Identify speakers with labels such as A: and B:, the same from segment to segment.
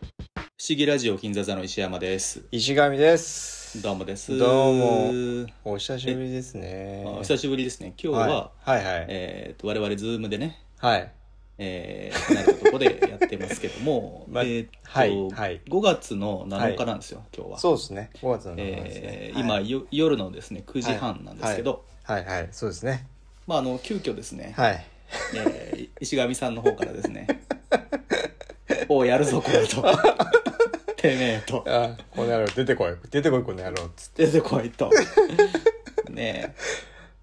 A: 不思議ラジオ金座座の石山です
B: 石神です
A: どうもです
B: どうもお久しぶりですね
A: あお久しぶりですね今日は、
B: はい、はいはい
A: えーと我々ズームでね
B: はい
A: えー、なるとこでやってますけども、
B: ま
A: えーっと、
B: はいはい
A: 5月の7日なんですよ、今日は
B: そうですね5月の7日ですね
A: えー、今
B: はい
A: よ夜のですね9時半なんですけど、
B: はいはいそうですね
A: まああの急遽ですね、
B: はい
A: えー石上さんの方からですね 「おうやるぞこれ」と 「てめえ」と
B: あこの野郎出てこい出てこいこの野郎っつっ
A: 「出てこい」とねえ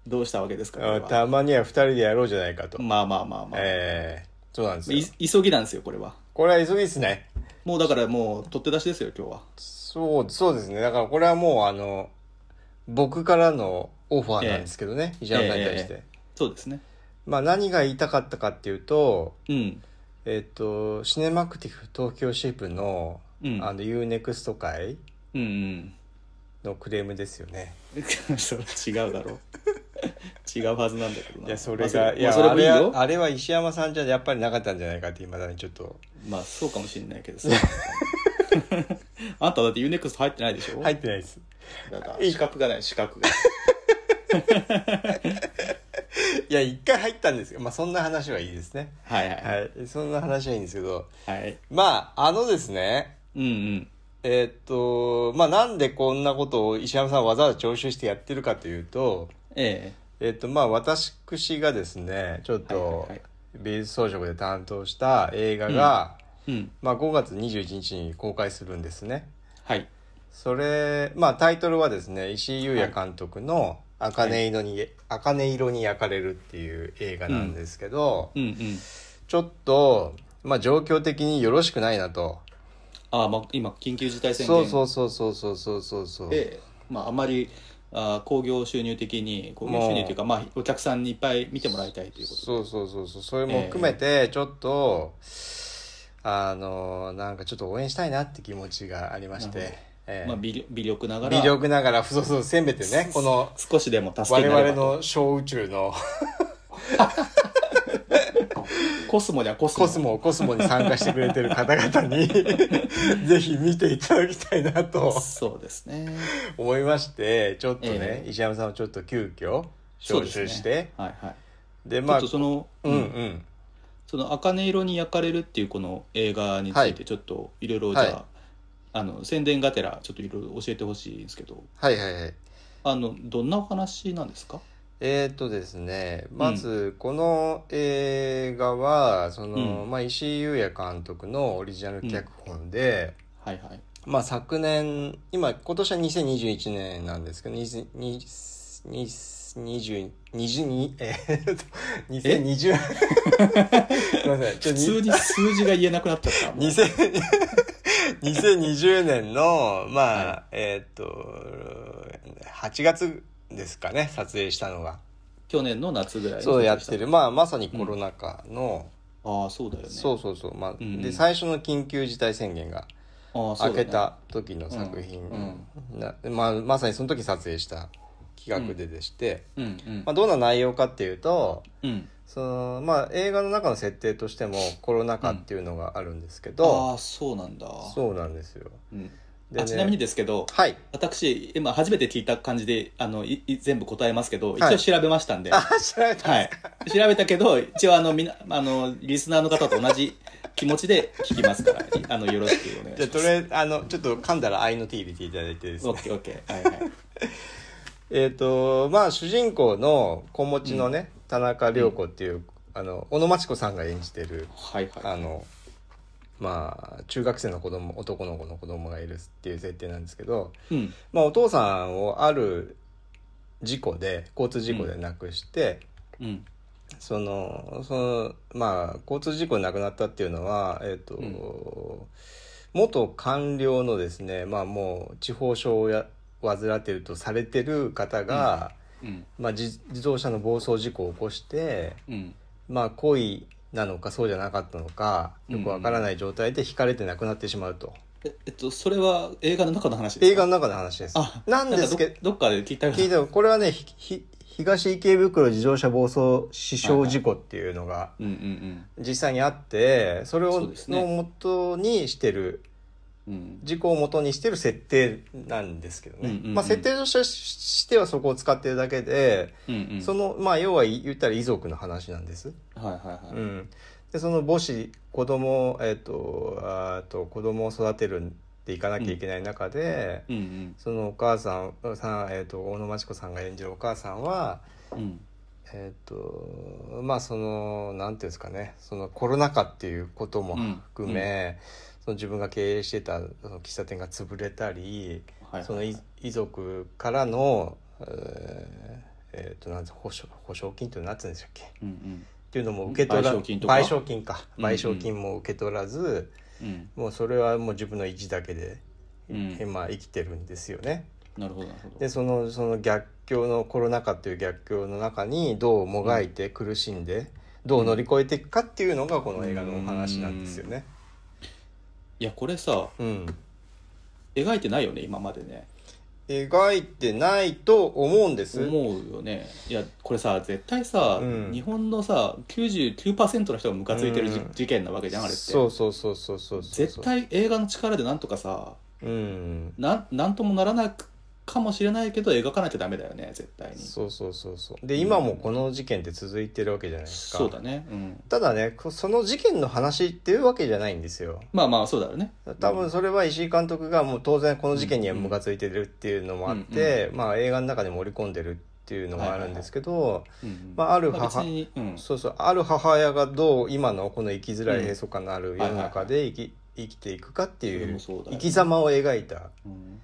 A: どうしたわけですか
B: て
A: これ
B: あ
A: は
B: たまには2人でやろうじゃないかと
A: まあまあまあまあ、
B: ええそうなんですよ
A: い急ぎなんですよこれは
B: これは急ぎですね
A: もうだからもう取って出しですよ今日は
B: そうそうですねだからこれはもうあの僕からのオファーなんですけどね、石山さんに対して、
A: えそうですね
B: まあ何が言いたかったかっていうと
A: うん
B: えっと、シネマクティフ東京支部の、
A: うん
B: あの UNEXT 会
A: うんうん
B: のクレームですよね。
A: それ違うだろう違うはずなんだけどない
B: いや、それ
A: まあ
B: が、
A: そ
B: い
A: れ
B: や、
A: まあそれ
B: あ
A: もいい
B: れ
A: よ
B: は、あれは石山さんじゃやっぱりなかったんじゃないかって、いまだにちょっと、
A: まあそうかもしれないけどさ あんただって UNEXT 入ってないでしょ
B: 入ってないです。
A: だから資格がない資格が
B: いや、一回入ったんですけど、まあ、そんな話はいいですね。
A: はいはいはい、
B: はい、そんな話はいいんですけど、
A: はい、
B: まあ、あのですね、
A: うんうん
B: えっと、まあ、なんでこんなことを石山さんわざわざ徴収してやってるかというと、
A: え
B: えっと、まあ、私がですね、ちょっ
A: はいは
B: と
A: いはい、
B: 美術装飾で担当した映画が、
A: えうん
B: まあ、5月21日に公開するんですね。
A: はい
B: それ、まあ、タイトルはですね、石井優也監督の茜色に、茜色に焼かれるっていう映画なんですけど、
A: うんうん
B: ちょっと、まあ、状況的によろしくないなと。
A: ああまあ今緊急事態宣言
B: そうそうそうそうそうそうそうそう。
A: で、まあ、あまりあー興行収入的に興行収入というか、まあ、お客さんにいっぱい見てもらいたいということ
B: そうそうそうそう、それも含めて、ちょっと、あの、なんかちょっと応援したいなって気持ちがありまし
A: なるほ
B: て、ええ
A: まあ、微微力ながら
B: 微力ながら、そうそう、せんべってね、この、
A: 少しでも助け
B: 我
A: にな
B: 々
A: ればと
B: の小宇宙の
A: コスモにはコスモ
B: コスモ、コスモに参加してくれてる方々 に、ぜひ見ていただきたいなと
A: そうですね
B: 思いまして、ちょっとね
A: え、え
B: 石山さんをちょっと急遽
A: そう
B: 招
A: ですね
B: 集して、
A: はいはい、
B: で、
A: ちょ
B: ま
A: っ
B: あ
A: と、その、
B: うん
A: う
B: うんん。
A: その「茜色に焼かれる」っていうこの映画につい
B: は
A: て
B: い
A: ちょっといろいろじゃあ,、
B: はい
A: あの宣伝がてらちょっといろいろ教えてほしいんですけど
B: はいはいはい。
A: あのどんなお話なんですか
B: えーっとですね、まずこの映画は、その、
A: うん
B: まあ、石井優也監督のオリジナル脚本で、
A: はいはい
B: まあ、昨年、今、今年は2021年なんですけど、20 20 20え ーっと2020すいません
A: 普
B: ちょっと
A: 通に数字が言えなくなっちゃった
B: に 2000 2020年の、まあ、
A: は
B: えーっと、8月ですかね、撮影したのが。
A: 去年の夏ぐらいに
B: そうやってる。まあ、まさにコロナ禍の、
A: ああそうだよね
B: そうそうそう。まあ、
A: うん
B: で、最初の緊急事態宣言が
A: ああそう
B: 開
A: だね
B: けた時の作品
A: うん
B: な、まあ、まさにその時撮影した企画ででして、
A: うんうん
B: まあ、どんな内容かっていうと
A: うん
B: その、まあ、映画の中の設定としてもコロナ禍っていうのがあるんですけ
A: あ
B: ど、
A: あそうなんだ
B: そうなんですよ。
A: うん
B: で
A: あ
B: ね
A: ちなみにですけど
B: はい。
A: 私今初めて聞いた感じであのいい全部答えますけど一
B: はい
A: 応調べましたんで、
B: あ
A: は
B: 知られた、
A: い調べたけど一応あのみなあのリスナーの方と同じ気持ちで聞きますから いあのよろしくお願いしま
B: じゃあとりあえずあのちょっと噛んだら愛の手入れていただいてです
A: す
B: ね
A: オッケーオッケーはいはい
B: えっ、とまあ主人公の子持ちのね、田中涼子っていう、あの小野真知子さんが演じてる
A: はいは
B: あ
A: い
B: のまあ中学生の子供男の子の子供がいるっていう設定なんですけど、
A: うん
B: まあ、お父さんをある事故で交通事故で亡くして、
A: うん
B: そのそのまあ交通事故で亡くなったっていうのはえっ、と、
A: うん
B: 元官僚のですねまあもう地方症をや患っているとされてる方が、
A: うん
B: まあ、自自動車の暴走事故を起こして
A: うん
B: まあ、故意なのかそうじゃなかったのかよくわからない状態で引かれて亡くなってしまうと、
A: ええっとそれは映画の中の話ですか
B: 映画の中の話です
A: あ
B: なんですけど
A: どどっかで聞いたよう
B: 聞い
A: な
B: てもこれはねひひ東池袋自動車暴走死傷事故っていうのが
A: うんうんうん
B: 実際にあってそれ
A: そ
B: を
A: うですね
B: のもとにしてる
A: うん。
B: 事故を元にしてる設定なんですけどね。
A: うんうんうん
B: まあ設定としてしてはそこを使ってるだけで、
A: うんうん。
B: その、まあ要は言ったら遺族の話なんです。
A: はいはいは
B: う
A: い。
B: ん、でその母子子供をえっ、とあーと子供を育てるっていかなきゃいけない中で、
A: うん
B: そのお母さんさん、えー、と大野町子さんが演じるお母さんは
A: うん。うん。
B: えっ、とまあそのなんていうんですかねそのコロナ禍っていうことも含め、その自分が経営してたその喫茶店が潰れたり、
A: はいはい。
B: その遺遺族からの、えーえーとなんて保証保証金って何て言うんでしたっけ
A: うんうん。
B: っていうのも受け取ら
A: 賠償金とか
B: 賠償金か
A: うんうん
B: 賠償金も受け取らず、
A: うん。
B: もうそれはもう自分の意地だけで、
A: うん
B: えまあ、生きてるんですよね。
A: なるほどなるほど。
B: でそのその逆境のコロナ禍という逆境の中にどうもがいて苦しんで、どう乗り越えていくかっていうのがこの映画のお話なんですよね。
A: いや、これさ、
B: うん、
A: 描いてないよね、今までね。
B: 描いてないと思うんです。
A: 思うよね。いや、これさ、絶対さ、
B: うん
A: 日本のさ、99%の人がムカついてるじ
B: うん
A: 事件なわけじゃん、あれって。
B: そうそうそうそうそうそう
A: 絶対映画の力でなんとかさ、
B: うん
A: なん、なんともならないかもしれないけど、描かなきゃダメだよね、絶対に。
B: そうそうそうそうで今もこの事件って続いてるわけじゃないですか。
A: そうだね。うん。
B: ただねこその事件の話っていうわけじゃないんですよ
A: まあまあ、そうだよね。
B: 多分それは石井監督がもう当然この事件にはムカついてるっていうのもあって、まあ、映画の中でも織り込んでるっていうのもあるんですけど、
A: うんうん、
B: まあある母
A: 別にうん。
B: そうそうある母親がどう今のこの生きづらい閉塞感のある世の中で生き,、生きていくかって
A: それ
B: いう
A: もそうだよね
B: 生き様を描いた
A: うん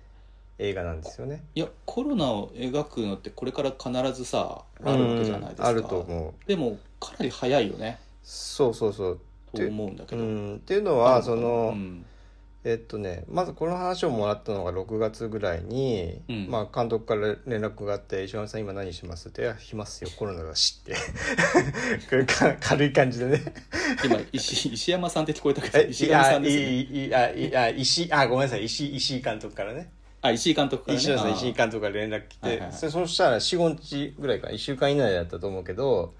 B: 映画なんですよね。
A: いやコロナを描くのってこれから必ずさあるわけじゃないですか、
B: うんあると思う
A: でもかなり早いよね
B: そうそうそう。
A: と思うんだけ
B: う
A: ど、
B: ん、っていうのはその、
A: うん
B: えっとね、まずこの話をもらったのが6月ぐらいに、
A: うん
B: まあ監督から連絡があって「石原さん今何してます?」って「いや暇っすよコロナだし」って か軽い感じでね
A: 今 石石山さんって聞こえたけ
B: え
A: ど 石山さんですね
B: いいいいあいいあ石井あごめんなさい石井石井監督からね
A: あ石井監督からね
B: 石井さん
A: あー
B: 石井監督から連絡来て、
A: はいはいはい
B: そそしたら45日ぐらいか1週間以内だったと思うけど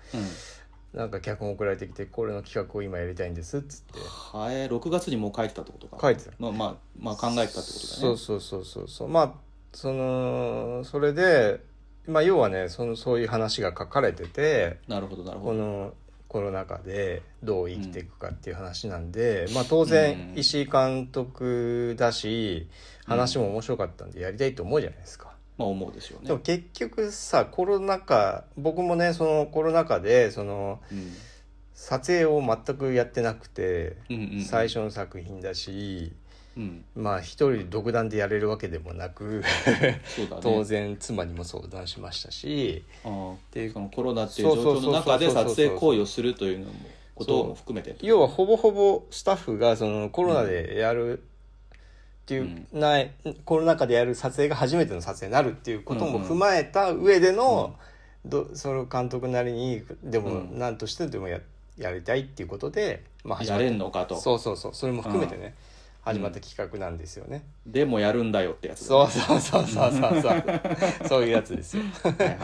B: なんか脚本送られてきて「これの企画を今やりたいんです」っつって
A: うん、はい6月にもう書いてたってことか
B: 書いてた。
A: まあまあ、まあ、考えてたってことだね
B: そうそうそうそうそうまあそのそれで、まあ、要はねそのそういう話が書かれてて
A: なるほどなるほ
B: こ
A: ど
B: のコロナ禍でどう生きていくかっていう話なんで、まあ、当然
A: うん
B: 石井監督だし
A: うん
B: 話も面白かったんでやりたいと思うじゃないですか。
A: まあ思うでしょう
B: で
A: ね
B: も結局さコロナ禍僕もねそのコロナ禍でその
A: うん
B: 撮影を全くやってなくて、
A: うんうん
B: 最初の作品だし。
A: うん
B: まあ一人独断でやれるわけでもなく
A: そうだね
B: 当然妻にも相談しましたし
A: あ
B: で
A: でそのコロナっていう状況の中で
B: そうそう
A: 撮
B: そうそうそう
A: 影行為をするというのもことも含めて
B: 要はほぼほぼスタッフがそのコロナでやるっていう、ないコロナ禍でやる撮影が初めての撮影になるっていうことも踏まえた上での、どその監督なりにでも
A: うん
B: 何としてでもややりたいっていうことで、まあ、始ま
A: や
B: った
A: れんのかと
B: そうそうそうそれも含めてね、
A: うん
B: 始まった企画なんですよね。
A: でもやるんだよってやつだ
B: そうそうそうそうそうそう そういうやつですよ。
A: はいはいはい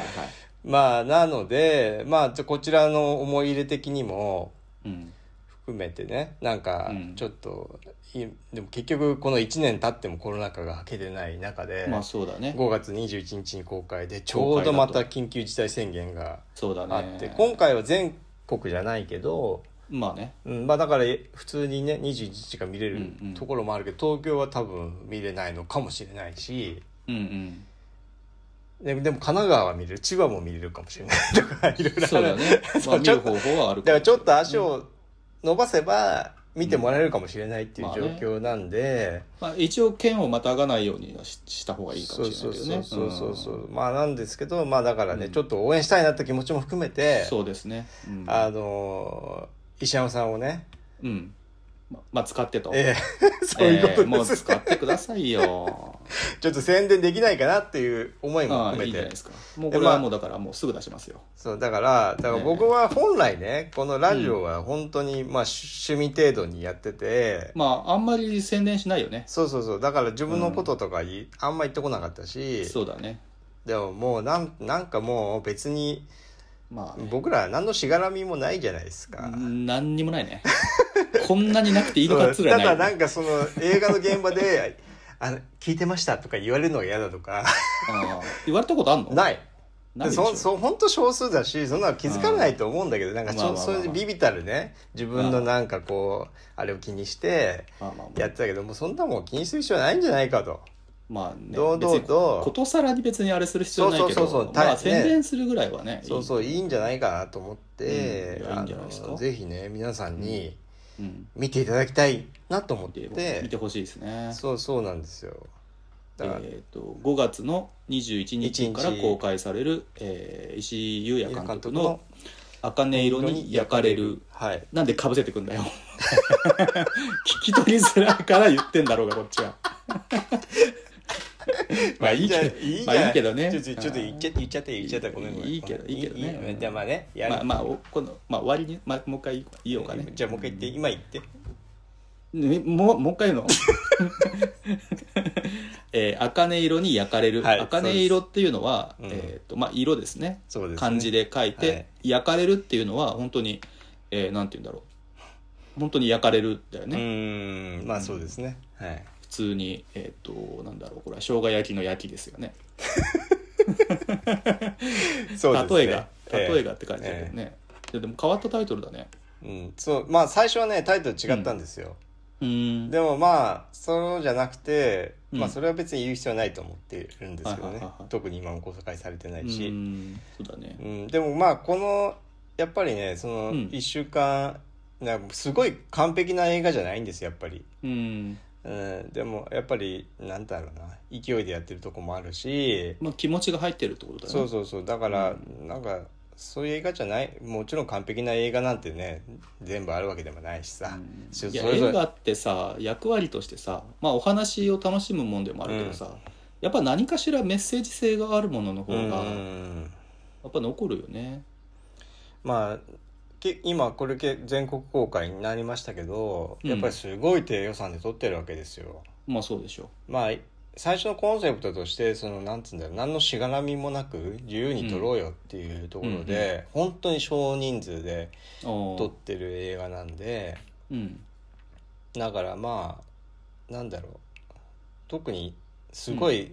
B: まあなのでまあちょこちらの思い入れ的にも
A: うん
B: 含めてねなんか
A: うん
B: ちょっと、いでも結局この1年経ってもコロナ禍が明けてない中で、
A: まあそうだね
B: 5月21日に公開でちょうどまた緊急事態宣言が
A: そうだ
B: あって、
A: ね
B: 今回は全国じゃないけど、
A: まあね
B: うんまあ、だから普通にね21日が見れる
A: うんうん
B: ところもあるけど、東京は多分見れないのかもしれないし。
A: うんうん
B: ででも神奈川は見れる千葉も見れるかもしれない とかいろいろある
A: そうだねま
B: そ
A: あ
B: う
A: 見
B: ちょ
A: る
B: っと
A: 方法はある
B: だからちょ
A: っ
B: っと足を伸ばせば見てもらえるかもしれないっていう
A: まあ
B: 状
A: ね
B: 況なんで、
A: まあ一応県をまたがないようにはしした方がいいか
B: そ
A: も
B: う
A: し
B: そ
A: れ
B: う
A: ないけど
B: そ
A: ね
B: うそうそうそううんまあなんですけどまあだからね、
A: うん
B: ちょっと応援したいなって気持ちも含めて
A: そうですねうん
B: あのー石山さんをね、
A: うんままあ使ってと
B: ええそういうこと
A: えーも
B: で
A: う
B: す、
A: 使ってください よ
B: ちょっと宣伝できないかなっていう思いも
A: ああ
B: 含
A: いいじ
B: め
A: ゃな
B: て
A: いですかもうこれはもうだからもうすぐ出しますよ
B: そうだからだから
A: ね
B: 僕は本来ねこのラジオは本当に、まあ趣味程度にやってて、
A: まああんまり宣伝しないよね
B: そうそうそうだから自分のこととかい、あんま言ってこなかったし
A: そうだね
B: でももうなんなんかもう別に
A: まあね
B: 僕ら何のしがらみもないじゃないですか、
A: 何にもないねこんなになくていいのかっつ
B: そう
A: うら
B: だ
A: ない。
B: からなんかその映画の現場で 「あの聞いてました」とか言われるのが嫌だとか
A: ああ言われたことあんのい。
B: ない
A: ないでしょ
B: そそう本当少数だしそんなの気づかないと思うんだけどなんかち
A: まあ
B: ょ
A: まあまあ
B: それでビビたるね自分のなんかこうあれを気にして
A: まあまあまあ
B: やってたけどもうそんなもん気にする必要ないんじゃないかと
A: まあね、
B: 堂々と
A: 別にことさらに別にあれする必要ないけど
B: そうそうそうそ
A: ま
B: う大
A: あ、宣伝するぐらいはね
B: そうそういいんじゃないかなと思って、
A: うんいやいいんじゃないですか
B: あのぜひね皆さんに
A: いいうん、
B: 見ていただきたいなと思っ
A: 見
B: て、
A: て見てほしいですね
B: そうそうなんですよだから、
A: えー、と5月の21日から公開される、えー石井優也監督の「茜色に焼かれる
B: はい」
A: なんでかぶせてくんだよ聞き取りづらいから言ってんだろうがこっちは まあいいけど
B: いい
A: まあいいけどね
B: ちょっとちょっと言っちゃって言っちゃって言っちゃったごめんごめん
A: いいけどいいけどねうん
B: じゃあまあねやる
A: まあまあおこの、まあ、終わりに、まあ、もう一回言おうかね
B: じゃあもう一回言って今言って
A: ねもうもう一回 言うのえー、茜色に焼かれる、
B: はい
A: 茜色っていうのは、
B: そうですうん
A: えーとまあ、色ですね
B: そうですね
A: 漢字で書いて、
B: はい
A: 焼かれるっていうのは本当に、えーなんて言うんだろう本当に焼かれるだよ
B: う
A: ね、
B: ーんまあそうですねはい
A: 普通にえっ、となんだろうこれは生姜焼きの焼きですよね
B: そうですね
A: 例えが例えがって感じだけど
B: え
A: ね、いやでも変わったタイトルだね
B: えうんそうまあ最初はねタイトル違ったんですよ
A: うーん
B: でもまあそうじゃなくて
A: うん
B: まあそれは別に言う必要ないと思ってるんですけど
A: はいはい
B: ね
A: はいはい
B: 特に今も公開されてな
A: う
B: いし
A: ーんそうだね
B: うん、でもまあこのやっぱりねその
A: うん
B: 1週間、なんかすごい完璧な映画じゃないんですやっぱり、
A: うん、
B: うん、でもやっぱりなんだろうな勢いでやってるとこもあるし、
A: まあ、気持ちが入ってるってことだね
B: そうそうそうだから、なんかそういう映画じゃないもちろん完璧な映画なんてね全部あるわけでもないしさ、
A: うん
B: そ
A: いや
B: それぞ
A: 映画
B: れ
A: ってさ役割としてさ、まあ、お話を楽しむもんでもあるけどさ、やっぱ何かしらメッセージ性があるものの方
B: う
A: がや
B: ん
A: っぱ残るよね。
B: まあけ今これけ全国公開になりましたけど、
A: うん
B: やっぱりすごい低予算で撮ってるわけですよ。
A: まあそうでしょ
B: まあ最初のコンセプトとしてそのなんつうんだろう何のしがらみもなく自由に撮ろうよっていうところで、本当に少人数で
A: う。あ
B: 撮ってる映画なんで
A: ーうん
B: だからまあなんだろう特にすごい、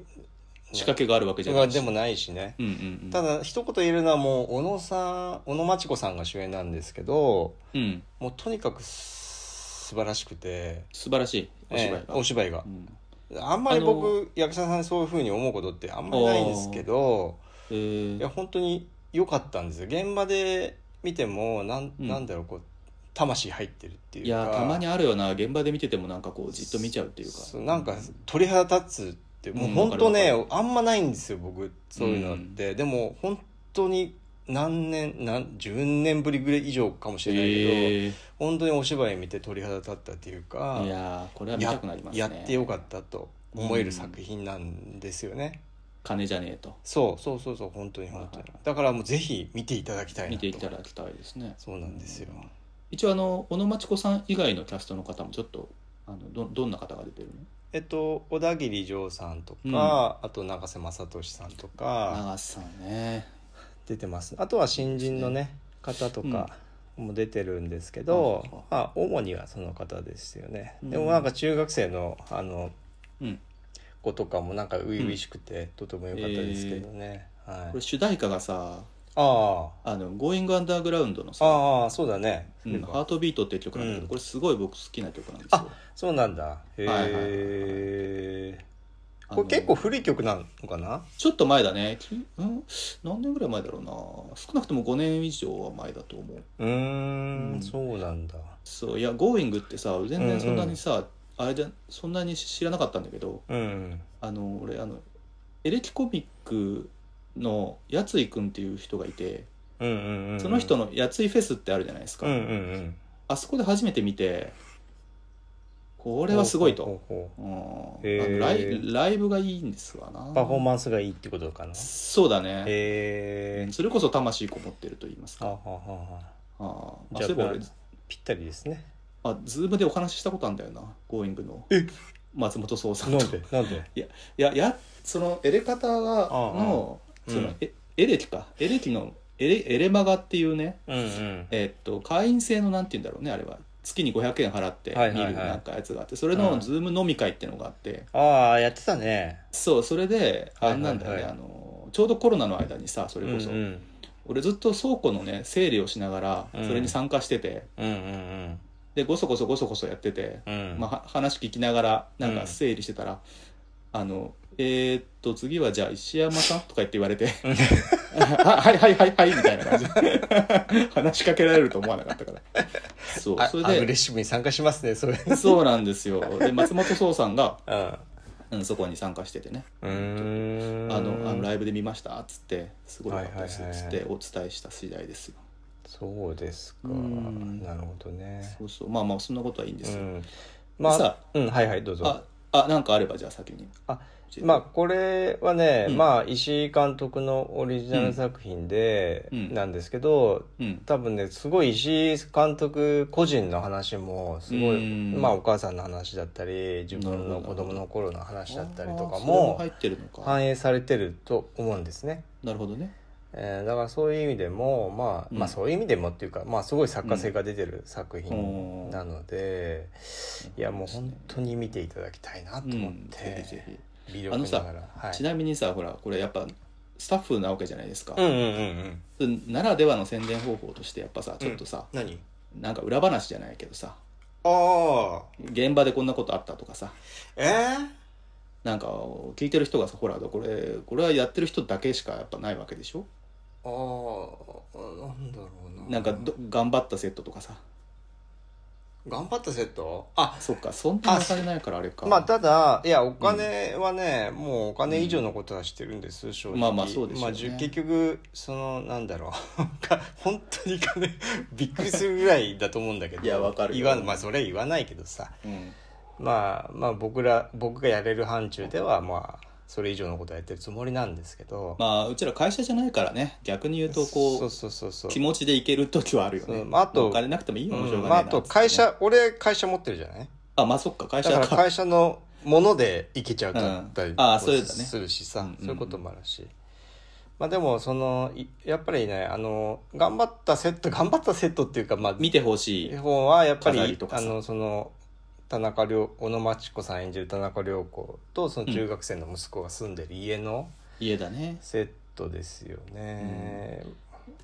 A: 仕掛けがあるわけじゃな
B: が
A: いし。
B: でもないしね、
A: うんうんうん、
B: ただ一言言えるのはもう小野さん小野真知子さんが主演なんですけど
A: うん、
B: もうとにかくす素晴らしくて
A: 素晴らしいお芝居が。
B: ええお芝居が
A: う、ん
B: あんまり
A: あ
B: 僕役者さんにそういうふうに思うことってあんまりないんですけど
A: えー
B: いや本当に良かったんですよ現場で見てもなん,、
A: うん
B: なんだろうこう魂入ってるっていう
A: い
B: か
A: やたまにあるよな現場で見ててもなんかこうじっと見ちゃうっていうか
B: そうなんか鳥肌立つってもう
A: うん
B: 本当ね、
A: わ
B: あんまないんですよ僕そういうのって、でも本当に何年何10年ぶりぐらい以上かもしれないけど、
A: え
B: 本当にお芝居見て鳥肌立ったっていうか
A: ーいやーこれは見たくなりますね
B: ややってよかったと思える作品なんですよね、
A: 金じゃねえと
B: そうそうそうそう本当に本当に
A: はいは
B: だからもうぜひ見ていただきたいなと
A: 見ていただきたいですね
B: そうなんですよ、
A: 一応あの小野真知子さん以外のキャストの方もちょっとあのどどんな方が出てるの
B: えっと、小田切丈さんとか、
A: うん
B: あと永瀬正敏さんとか
A: 長瀬さんね
B: 出てますあとは新人のね方とかも出てるんですけど、
A: うん
B: まあ、主にはその方ですよね、
A: うん
B: でもなんか中学生のあの
A: うん
B: 子とかもなんか初々しくて、とても良かったですけどね、
A: こ
B: は
A: れ
B: い、
A: 主題歌がさ
B: あ
A: 「あの Going Underground」の
B: あ
A: さ
B: ああそうだね、
A: 「うん、
B: そういえば
A: ハートビートっていう曲なんだけど、
B: うん
A: これすごい僕好きな曲なんですよ
B: そうなんだへえ、
A: はいはいはいあ
B: こ
A: の
B: れ結構古い曲なのかな
A: ちょっと前だねきうん何年ぐらい前だろうな少なくとも5年以上は前だと思う
B: うー
A: うん
B: んそうなんだ
A: そういや「Going」ってさ全然そんなにさ、あれじゃそんなに知らなかったんだけど
B: うん
A: あの俺あのエレキコミックのやついくんっていう人がいて
B: うんうんうん
A: その人のやついフェスってあるじゃないですか、
B: うんうんうん
A: あそこで初めて見てこれはすごい
B: ほう
A: と、
B: ほうほう
A: うん
B: へー
A: あのライライブがいいんですわな
B: パフォーマンスがいいってことかな
A: そうだね、
B: へえ
A: それこそ魂こもってると言います
B: はあ
A: か
B: はあはあはあ
A: あああ
B: じゃ
A: そ
B: あ
A: ういえば俺
B: まぴったりですね
A: あズームでお話ししたことあるんだよな「Going」の
B: え
A: 松本壮さ
B: なんん
A: と
B: でなん で
A: いややそのエレカタがの
B: ああ
A: その、
B: うん
A: えエレキかエレキのエレエレマガっていうね
B: うんうん
A: えっと会員制のなんて言うんだろうねあれは月に500円払って
B: はいはい
A: 見
B: はい
A: るなんかやつがあってそれのズーム飲み会ってのがあって
B: ああやってたね
A: そうそれで
B: はい
A: あ
B: はいはい
A: んなんだよねあのちょうどコロナの間にさそれこそ
B: うんうん
A: 俺ずっと倉庫のね整理をしなが
B: う
A: ら
B: ん
A: それに参加してて
B: うんうん
A: でごそごそごそごそやってて
B: うんうん
A: まあは話聞きながらなん
B: うん
A: か整理してたらあのえーっと次はじゃあ石山さんとか言って言われてあ はいはいはいはいみたいな感じで話しかけられると思わなかったからそう
B: あ
A: それ
B: ア
A: で
B: グレッシブに参加しますねそれ
A: そうなんです よ。で、松本壮さんが、
B: うん
A: うん、そこに参加しててね、
B: うーん
A: あの、あのライブで見ましたっつって、すごい良かったです
B: はい
A: っ
B: はいは
A: つ
B: いは
A: っ
B: い
A: てお伝えした次第ですよ。
B: そうですか
A: うん
B: なるほどね
A: そうそう、まあまあ、そんなことはいいんです
B: う
A: よ。
B: んまあ
A: さ
B: うんはいはいどうぞ
A: あ、あ、なんかあれば、じゃあ先に。
B: あまあこれはね、
A: うん
B: まあ石井監督のオリジナル作品で
A: うん
B: なんですけど、
A: うん。
B: 多分ねすごい石井監督個人の話もすごい、
A: うん
B: まあお母さんの話だったり自
A: な
B: 分
A: る
B: の
A: ほど
B: 子供の頃の話だったりとか
A: あーそれも
B: も
A: 入ってるのか。
B: 反映されてると思うんですね。
A: なるほどね。
B: えーだからそういう意味でも、まあ
A: うん
B: まあそういう意味でもっていうか、まあ、すごい作家性が出てる作
A: う
B: 品
A: ん
B: なので、いやもう本当に見ていただきたいな
A: う
B: と思っ
A: ん、ぜひぜ
B: て、
A: ひ。
B: 魅力ながら。はい
A: ちなみにさ、ほら、これやっぱ、スタッフなわけじゃないですか
B: う。んうんうんうん
A: それならではの宣伝方法として、やっぱさ、ちょっとさ、
B: 何
A: なんか裏話じゃないけどさ、
B: ああ
A: 現場でこんなことあったとかさ、
B: えー、
A: なんか聞いてる人がさほらこれこれはやってる人だけしかやっぱないわけでしょ
B: あーなんだろうな
A: なんかど頑張ったセットとかさ
B: 頑張ったセットあ
A: そっかそんなされないからあれか
B: まあただいやお金はね、もうお金以上のことはしてるんです、正直
A: まあまあそうでしょうね
B: まあじゅ結局そのなんだろう か本当に金びっくりするぐらいだと思うんだけど
A: いやわかるよ
B: 言わんまあそれは言わないけどさ
A: うん
B: まあまあ僕ら僕がやれる範疇ではまあそれ以上のことはやってるつもりなんですけど、
A: まあうちら会社じゃないからね逆に言うとこう
B: そうそうそうそう
A: 気持ちでいける時はあるよね
B: そうまああと
A: お金なくてもいいよもうしょう
B: うん
A: が
B: まあ、
A: な
B: あ
A: いなっつってね
B: と会社俺会社持ってるじゃない
A: あまあそっか会社
B: だから
A: か
B: 会社のものでいけちゃうだったり
A: うんあーそうだね
B: するしさ、
A: うんうんうん
B: そういうこともあるし、まあ、でもそのいやっぱりねあの頑張ったセット 頑張ったセットっていうか、まあ、
A: 見てほしい
B: 本はやっぱ
A: 飾
B: り
A: りとか
B: あ
A: さ
B: のその田中涼小野真知子さん演じる田中涼子とその中学生の息子が住んでる家の
A: 家だね
B: セットですよね。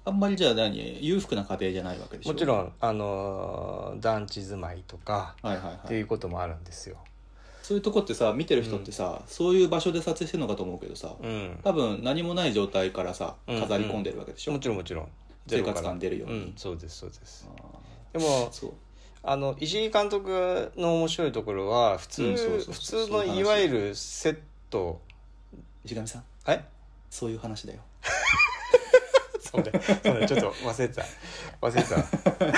A: あんまりじゃあ何裕福な家庭じゃないわけでしょ
B: もち
A: ん
B: ろんあの団地住まいとか
A: はいは
B: っ
A: い
B: て
A: はいいう
B: こともあるんですよ。
A: そういうとこってさ見てる人ってさそういう場所で撮影してるのかと思うけどさ
B: うん、
A: 多分何もない状態からさ
B: うん
A: 飾り込んでるわけでしょ、
B: もちろんもちろん
A: 生活感出るよう
B: う
A: に、
B: ん、そうですそうです
A: あ
B: でも
A: ーそう
B: あの石井監督の面白いところは普通、
A: うんそうそう
B: 普
A: そう
B: 通のいわゆるセット
A: 石上さん
B: え
A: そういう話だよ
B: そうねそうねちょっと忘れてた忘れて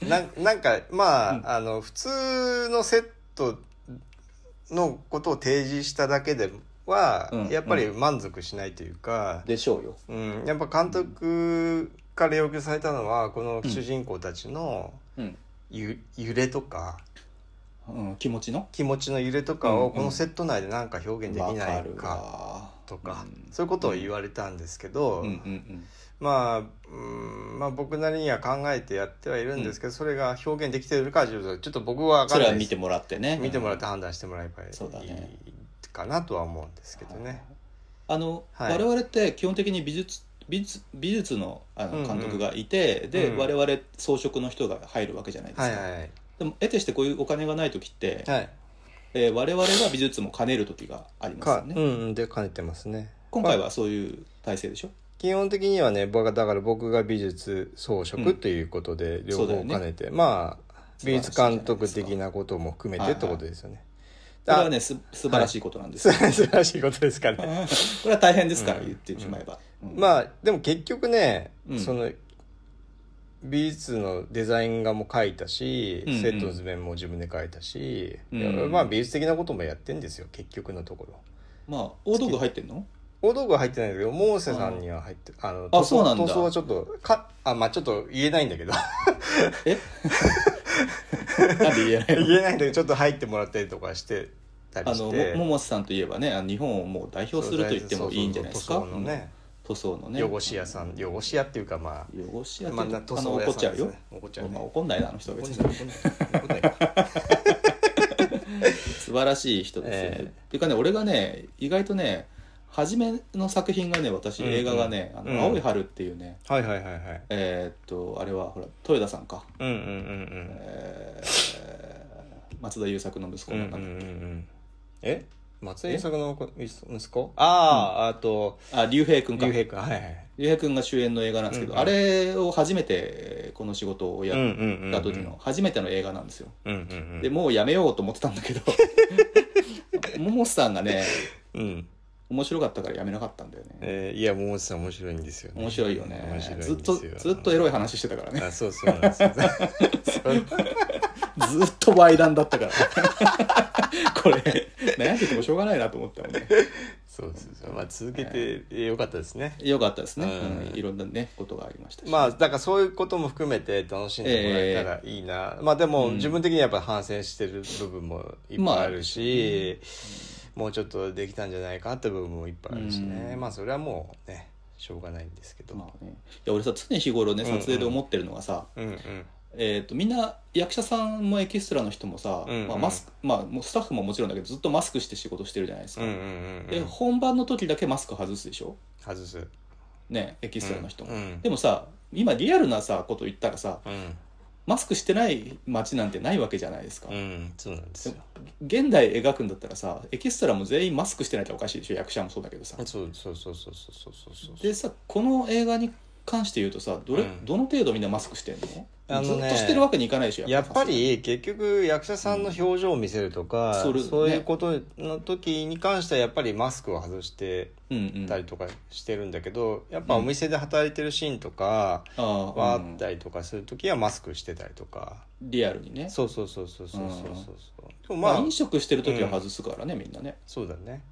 B: た なんなんかまあ,、あの普通のセットのことを提示しただけでは、
A: うん
B: やっぱり満足しないというか、
A: でしょうよ
B: うん、やっぱ監督から要求されたのはこの主人公たちの
A: うん、
B: ゆ揺れとか
A: うん、気持ちの
B: 気持ちの揺れとか
A: うんう
B: を
A: ん
B: このセット内で何か表現できないか
A: か
B: とか
A: うん
B: そういうことを言われたんですけど、
A: うんうん
B: まあ、うんまあ僕なりには考えてやってはいるんですけど、それが表現できてるかはちょっと僕は
A: うんそ
B: 分かん
A: れは
B: な
A: い
B: で
A: 見
B: す
A: てもらってね
B: 見てもらって
A: うん
B: 判断してもらえばい
A: そうだね
B: いかなとは思うんですけどね。
A: あの、
B: はい
A: 我々って基本的に美術美術美術のあ
B: うんう
A: の
B: ん
A: 監督がいて、で、
B: うん
A: 我々装飾の人が入るわけじゃないですか、
B: はいはい
A: でも得てしてこういうお金がない時って、
B: はい、
A: えー我々が美術も兼ねる時がありますよ
B: か
A: ね、
B: うんうんで兼ねてますね。
A: 今回はそういう体制でしょ
B: 基本的にはね僕がだから僕が美術装
A: う
B: 飾
A: ん
B: ということで両
A: そうだ
B: 方
A: よね
B: 兼ねて、まあ
A: 素晴
B: 美
A: らしい
B: 術監督的なことも含め
A: はい
B: て
A: は
B: っ
A: い
B: てことですよね。
A: これはねす素晴らしいことなんです
B: 素
A: よ、
B: 晴らしいことですかね。
A: これは大変ですから、
B: うん
A: 言ってしまえば、うん
B: まあでも結局ね、
A: うん
B: その美術のデザイン画も描いたし、
A: うんうん
B: セットの図面も自分で描いたし、
A: うんうん
B: まあ美術的なこともやってんですよ結局のところ。
A: まあ大道具入ってん の
B: 大道具は入ってないんだけどモーセさんには入ってあの
A: あ
B: 塗装
A: そうなんだ
B: 塗装はちょっとかあまあちょっと言えないんだけど。
A: えなんで言えないの
B: 言えないんだけどちょっと入ってもらったりとかしてた
A: あ
B: りし
A: の
B: て
A: も桃瀬さんといえばねあの日本をもう代表すると言ってもいいんじゃないですか
B: そうそうそう塗装
A: 塗装の
B: のね、
A: ね
B: 汚し屋さん、汚し屋っていうかま
A: 汚し
B: あ、
A: やって、
B: まあ、塗
A: あの
B: 装
A: 怒
B: 屋
A: っち
B: さ
A: ゃ
B: ん
A: う
B: です
A: よ
B: ね、怒っちゃう
A: まあ
B: ね
A: 怒んないなあの人は
B: 怒
A: 別に
B: んない怒んない怒んないか
A: 素晴らしい人ですよね、
B: ええ
A: っていうかね俺がね意外とね初めの作品がね私
B: うんうん
A: 映画がね「あ
B: うん
A: の青い春」っていうね、
B: はいはいはいはい
A: えーっとあれはほら豊田さんか、
B: うんうんうん
A: えー松田優作の息子
B: うんうん
A: な
B: うんん
A: か、
B: うんうんえ松井作の息子ああ、あと
A: あ竜兵君か
B: 竜兵君はいはい
A: 竜兵君が主演の映画なんですけど、
B: うんうん
A: あれを初めてこの仕事をや
B: うん
A: っ
B: うんうんうん
A: た時の初めての映画なんですよ、
B: うんうんうん
A: でもうやめようと思ってたんだけど ももさんがね
B: うん
A: 面白かったからやめなかったんだよね
B: えーいや桃地さん面白いんですよね
A: 面白いよね
B: 面白いんです
A: ず
B: よ
A: っとずっとエロい話してたからね
B: あそうそうなんで すよ
A: ずっと猥談だったから これ悩んでてもしょうがないなと思ったもんね
B: そうそうそうまあ続けてよかったですね
A: よかったですね、
B: うん
A: うんいろんなねことがありましたし
B: まあだからそういうことも含めて楽しんでもらえたらいいな、まあでも
A: うん
B: 自分的にはやっぱ反省してる部分もいっぱいあるし、もうちょっとできたんじゃないかなって部分もいっぱいあるしね、
A: うん
B: まあそれはもうねしょうがないんですけど、
A: まあね、いや俺さ常日頃ね撮影で思ってるのがさ、
B: うんうん
A: えー、とみんな役者さんもエキストラの人もさ、
B: うんうん
A: まあ、マスク、まあ、もうスタッフももちろんだけどずっとマスクして仕事してるじゃないです
B: うん
A: か、
B: うんうんう
A: で
B: ん
A: 本番の時だけマスク外すでしょ
B: 外すエ
A: ねエキストラの人も、
B: うんうん
A: でもさ今リアルなさこと言ったらさ
B: うん
A: マスクしてない街なんてないわけじゃないですか、
B: うんそうなんですよ
A: 現代描くんだったらさエキストラも全員マスクしてないとおかしいでしょ役者もそうだけどさ
B: そうそうそうそうそうそうそうそう
A: でさこの映画に関して言うとさどれ、
B: うん
A: どの程度みんなマスクしてんの
B: あのね
A: ずっとしてるわけにいかないでしょ
B: やっぱり結局役者さんの表情を見せるとか、
A: うんそ
B: そ
A: れ
B: ういうことの時に関してはやっぱりマスクを外して
A: うんうん
B: たりとかしてるんだけどやっぱお店で働いてるシーンとか
A: ああ
B: はあ
A: うん
B: ったりとかする時はマスクしてたりとか、
A: リアルにね
B: そうそうそうそうそうそうそうそうでも
A: ま
B: ま
A: あ、
B: あ
A: 飲食してる時は外すからね、みんなね、
B: そうだね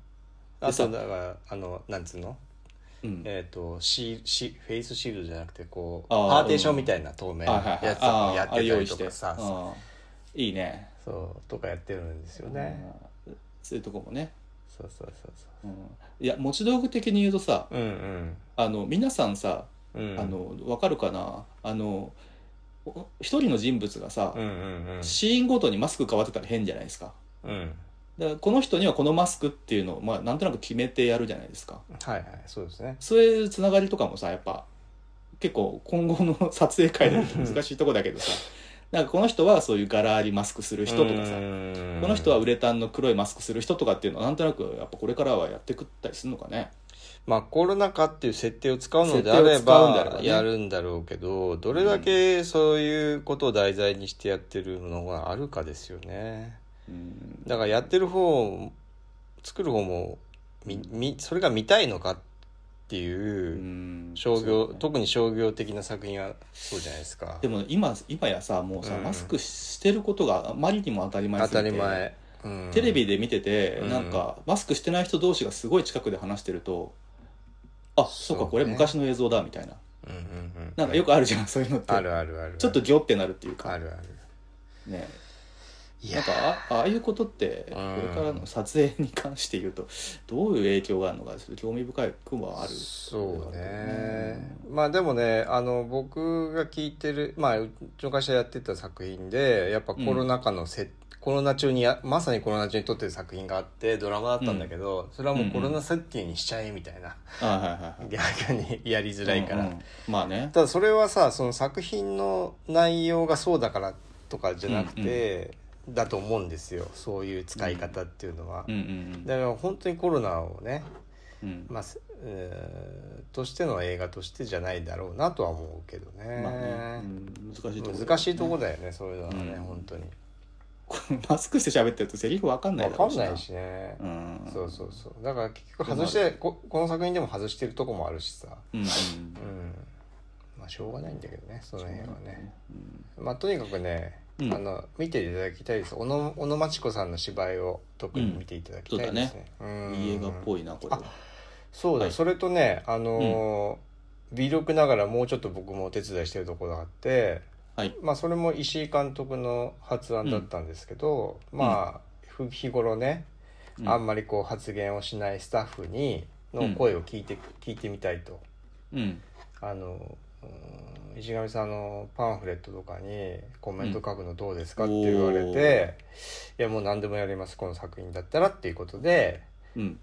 A: で
B: あ
A: さ
B: とだからあのなんつうの
A: うん
B: えー、とシールシフェイスシールドじゃなくてこう
A: あー
B: パーテーションみたいな透明なやつとかやって
A: あれ
B: た
A: 用
B: り
A: 意
B: と
A: して
B: かさ
A: あーいいね
B: そうとかやってるんですよね。
A: うんそういうとこもね、
B: そうそうそうそ
A: うん、いや持ち道具的に言うとさ
B: う。うん
A: あの皆さんさ、
B: うん。うん、
A: あのわかるかなあのお一人の人物がさ、
B: うんうんうん。
A: シーンごとにマスク変わってたら変じゃないですか
B: うん。
A: だからこの人にはこのマスクっていうのを、まあ、なんとなく決めてやるじゃないですか
B: はいはい、そうですね。
A: そういうつながりとかもさやっぱ結構今後の撮影会だと難しいとこだけどさなんかこの人はそういう柄ありマスクする人とかさこ
B: こ
A: の人はウレタンの黒いマスクする人とかっていうのはなんとなくやっぱこれからはやってくったりするのかね
B: まあコロナ禍っていう設定を使うのであれ
A: 設定を使うんであれ
B: ば
A: ばね
B: やるんだろうけど、どれだけそういうことを題材にしてやってるのがあるかですよね。
A: うん
B: だからやってる方、作る方もみみそれが見たいのかっていう商
A: そ
B: 業、
A: うね
B: 特に商業的な作品はそうじゃないですか。
A: でも今今やさもうさ
B: うん
A: マスクしてることがあまりにも当たり前
B: 当
A: すぎ
B: た
A: て
B: り前。うん
A: テレビで見てて
B: うん
A: なんかマスクしてない人同士がすごい近くで話してるとあそう
B: そう
A: か
B: ね
A: これ昔の映像だみたいな
B: うんうんうん、
A: なんかよくあるじゃんそういうのって
B: あるあるある
A: ちょっとギョってなるっていうか
B: あるある
A: ね
B: い
A: なんかあああいうことってこ
B: うん
A: れからの撮影に関して言うとどういう影響があるのかちょっと興味深いくもある
B: そうねまあでもねあの僕が聞いてるまあうちの会社やってた作品でやっぱコロナ禍のせ、コロナ中にやまさにコロナ中に撮ってる作品があってドラマだったんだけど、それはもうコロナ設定にしちゃえみたいな、
A: あはいはいはい
B: 逆にやりづらいから、
A: うんうんまあね
B: ただそれはさその作品の内容がそうだからとかじゃなくて、だと思うんですよそういう使い方っていうのは、
A: うんうん
B: だから本当にコロナをね
A: うん
B: まあ、すうーんとしての映画としてじゃないだろうなとは思うけど
A: う
B: ね,、
A: んまあねうん難しいところ
B: 難しいとこだよねそういうのはね、
A: うん
B: 本当に
A: これマスクして喋ってるとセリフわかんない
B: 分
A: だ
B: か
A: ろうん
B: ないしね、
A: うん
B: そうそうそうだから結局外してここの作品でも外してるとこもあるしさ
A: うんうん
B: うんまあしょうがないんだけどねその辺はね
A: うん
B: まあとにかくね、
A: うん
B: あの見ていただきたいです小野小野真知子さんの芝居を特に見ていただきたいですね,うん、
A: いい映画っぽいなこれは
B: そうだ、
A: はい
B: それとねあのー微力ながらもうちょっと僕もお手伝いしてるところがあって、
A: はい
B: まあ、それも石井監督の発案だったんですけど、まあふ日頃ね、
A: うん
B: あんまりこう発言をしないスタッフにの声を聞いて、聞いてみたいと
A: うん
B: あのうん石上さんのパンフレットとかにコメント書くのどうですかって言われて、いやもう何でもやりますこの作品だったらっていうことで
A: うん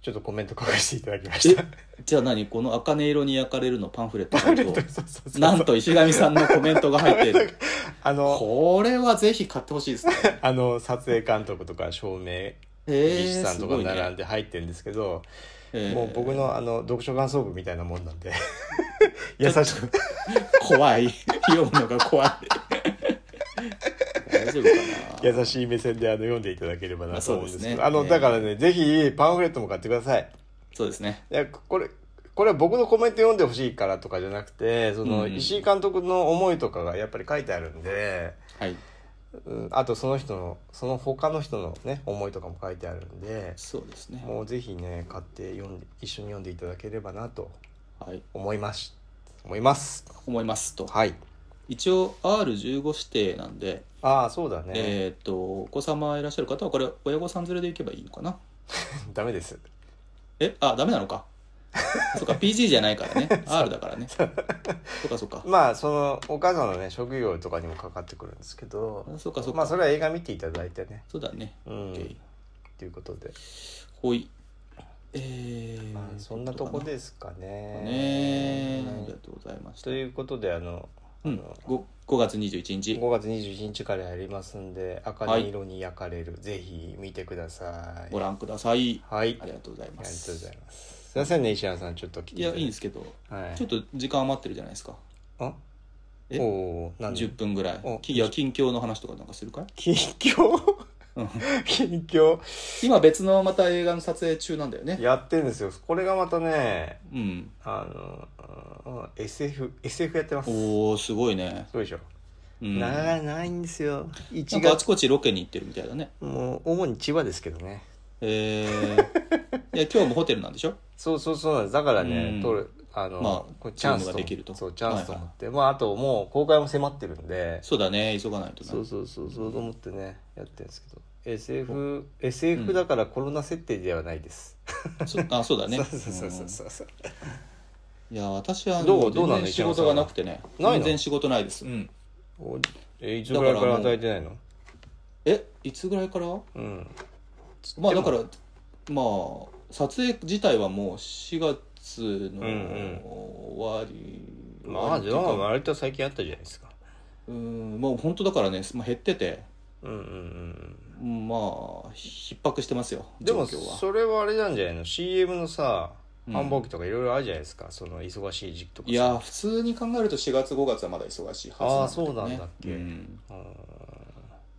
B: ちょっとコメント書かせていただきました。
A: じゃあ何この茜色に焼かれるのパンフレット
B: パンフレ
A: る
B: ッ
A: と
B: トそうそうそ う
A: なんと石上さんのコメントが入ってい る
B: あの
A: これはぜひ買ってほしい ですね
B: あの撮影監督とか照明技
A: え
B: 師
A: ー、
B: さん
A: す
B: とか
A: ごい
B: 並ん
A: ね、
B: で入ってるんですけど、
A: えー
B: もう僕のあの読書感想文みたいなもんなん で
A: ちょ
B: 優
A: っと
B: しく
A: 怖い読むのが 怖い大丈夫かな
B: 優しい目線であの読んでいただければなと思うんですけど、
A: まあ
B: あ
A: そうですね
B: のだからね、ぜひパンフレットも買ってください。
A: そうですね
B: いやこれこれは僕のコメント読んでほしいからとかじゃなくてその
A: うんうん
B: 石井監督の思いとかがやっぱり書いてあるんで、
A: はい
B: うんあとその人のその他の人のね思いとかも書いてあるんで
A: そうですね
B: もうぜひね買って読んで一緒に読んでいただければなと
A: はい
B: 思います思います
A: 思いますと
B: はい
A: 一応 R15 指定なんで、
B: ああそうだね、
A: えーっとお子様いらっしゃる方はこれ親御さん連れで行けばいいのかな
B: ダメです
A: えあダメなの かそうか PG じゃないからね R だからねそっかそっか
B: まあそのお母さんのね職業とかにもかかってくるんですけど
A: あそっかそっか、
B: まあそれは映画見ていただいてね
A: そうだね
B: う
A: OK
B: んということで、
A: ほいえー、
B: まあ、そんなとこですかね
A: ね
B: は
A: あ
B: い
A: りがとうございました
B: ということであの
A: うん、5, 5月21日
B: 5月21日からやりますんで「赤い色に焼かれる」ぜひ見てください
A: ご覧ください、
B: はい
A: ありがとうござい
B: あ
A: ま
B: りが
A: す
B: とうございますすいませんね石原さんちょっと来て
A: いやいいんですすけど
B: はい
A: ちょっと時間余ってるじゃないですか
B: あ
A: え
B: おおーなんで
A: 10分ぐら
B: お
A: いきいや近況の話とかなんかするかい
B: 近況
A: うん
B: 近況
A: 今別のまた映画の撮影中なんだよね
B: やってるんですよこれがまたね
A: うん
B: あのあー SF, SF やってますそ
A: おおすごいね
B: うでしょ、
A: うん
B: 長いないんですよ
A: な
B: 1
A: んかあ
B: 月
A: ちこちロケに行ってるみたいだね
B: もう主に千葉ですけどね
A: え ー、いや今日もホテルなんでしょ
B: そうそうそうなんですだからね、
A: うん
B: 取るあの、
A: まあ
B: これチャン
A: チ
B: ス
A: ーム
B: と
A: ができると
B: そうチャンスと思って、まああともう公開も迫ってるんで
A: そうだね急がないとね
B: そうそうそうそうと思ってねやってるんですけど SF, SF だからコロナ設定ではないです、
A: そあそうだね
B: そうそうそうそうそう
A: うんいや私はあの
B: どうどうなの
A: 全然仕事がなくてね
B: 石山さんはない
A: 全
B: の
A: 然仕事ないです、うん
B: おえいつぐらいから働いてないの
A: えいつぐらいから
B: うん
A: まあだからまあ撮影自体はもう4月
B: うん
A: の終わり、
B: まあ
A: 終
B: じゃあ
A: わりっていうか
B: 割と最近あったじゃないですか
A: うんもう本当だからね、まあ、減ってて
B: うんうんうん
A: うんまあ逼迫してますよ
B: でも
A: 状況は
B: それはあれなんじゃないの CM のさ
A: うん
B: 繁忙期とかいろいろあるじゃないですか、その忙しい時期とかさ
A: いや普通に考えると4月5月はまだ忙しいはず
B: あーそうなん
A: ね
B: だっけ
A: ん
B: うん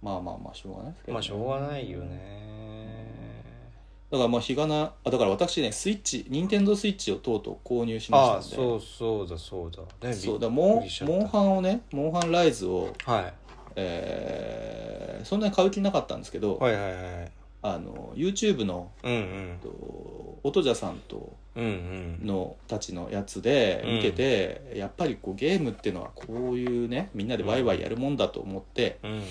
A: まあまあまあしょうがないですけどね、
B: まあしょうがないよね
A: だからまあ日がなあだから私ねスイッチ任天堂スイッチをとうとう購入しま
B: ああ
A: したんで
B: そうそうだそうだね
A: そうだから
B: びっ
A: モ
B: くりしちゃ
A: ン
B: った
A: モンハンをねモンハンライズを、
B: はい
A: えーそんなに買う気なかったんですけど、
B: はいはいはい
A: あの YouTube の
B: うんうん
A: と音じゃさんと
B: うんうん
A: のたちのやつで
B: うん
A: 見てて、やっぱりこうゲームっていうのはこういうねみんなでワイワイやるもんだと思って、
B: うん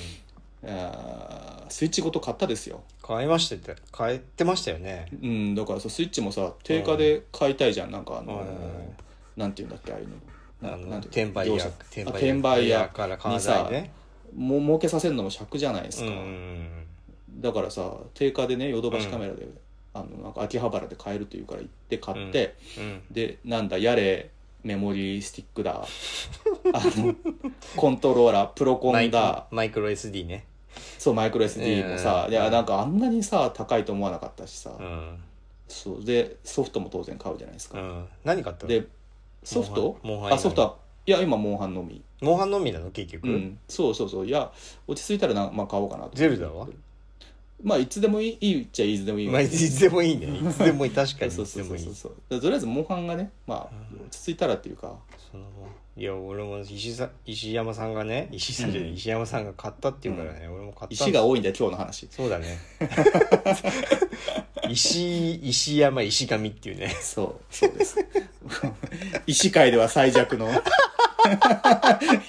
A: あースイッチごと買ったですよ、
B: 買いましてって買ってましたよね
A: うん、だからさスイッチもさ定価で買いたいじゃんなんかあの、
B: はいはいはい
A: なんていうんだっけああいうの
B: あ
A: なな
B: の
A: んていうの
B: 転売
A: 業
B: 屋
A: 者
B: 転
A: あ転売屋
B: から買わないでね
A: も儲けさせるのも尺じゃないです
B: うん
A: か、
B: うんうん
A: だからさ定価でねヨドバシカメラで、あのなんか秋葉原で買えるというから行って買って、
B: うん
A: でなんだやれメモリースティックだあの コントローラープロコ
B: マイ
A: ン
B: ク
A: だ
B: マイクロ SD ね
A: そうマイクロ SD もさ、
B: うん
A: いやなんかあんなにさ高いと思わなかったしさ、
B: うん
A: そうでソフトも当然買うじゃないです
B: う
A: か、
B: ん何買ったの
A: でソフト
B: モンハンモンハン以外
A: あソフトはいや今モンハンのみ、
B: モンハンのみなの結
A: う
B: 局
A: ん、そうそうそういや落ち着いたらな、まあ、買おうかなと
B: ゼルダは
A: まあいつでもいいいいっちゃいつでもいいよ
B: まあいつでもい いねいつでもいい確かにい
A: そう
B: つ
A: そう
B: で
A: そ
B: も
A: う
B: い
A: そう
B: い
A: そうだからとりあえずモンハンがねま
B: う
A: あ
B: ん
A: 落ち着いたらっていうか
B: そのいや俺も石井さん石井山さんがね石井さんじゃない、石井山さんが買ったっていうからね、俺も買ったん
A: 石が多いんだよ今日の話
B: そうだね石井石井 山石上っていうね
A: そう、そうです。医師会では最弱の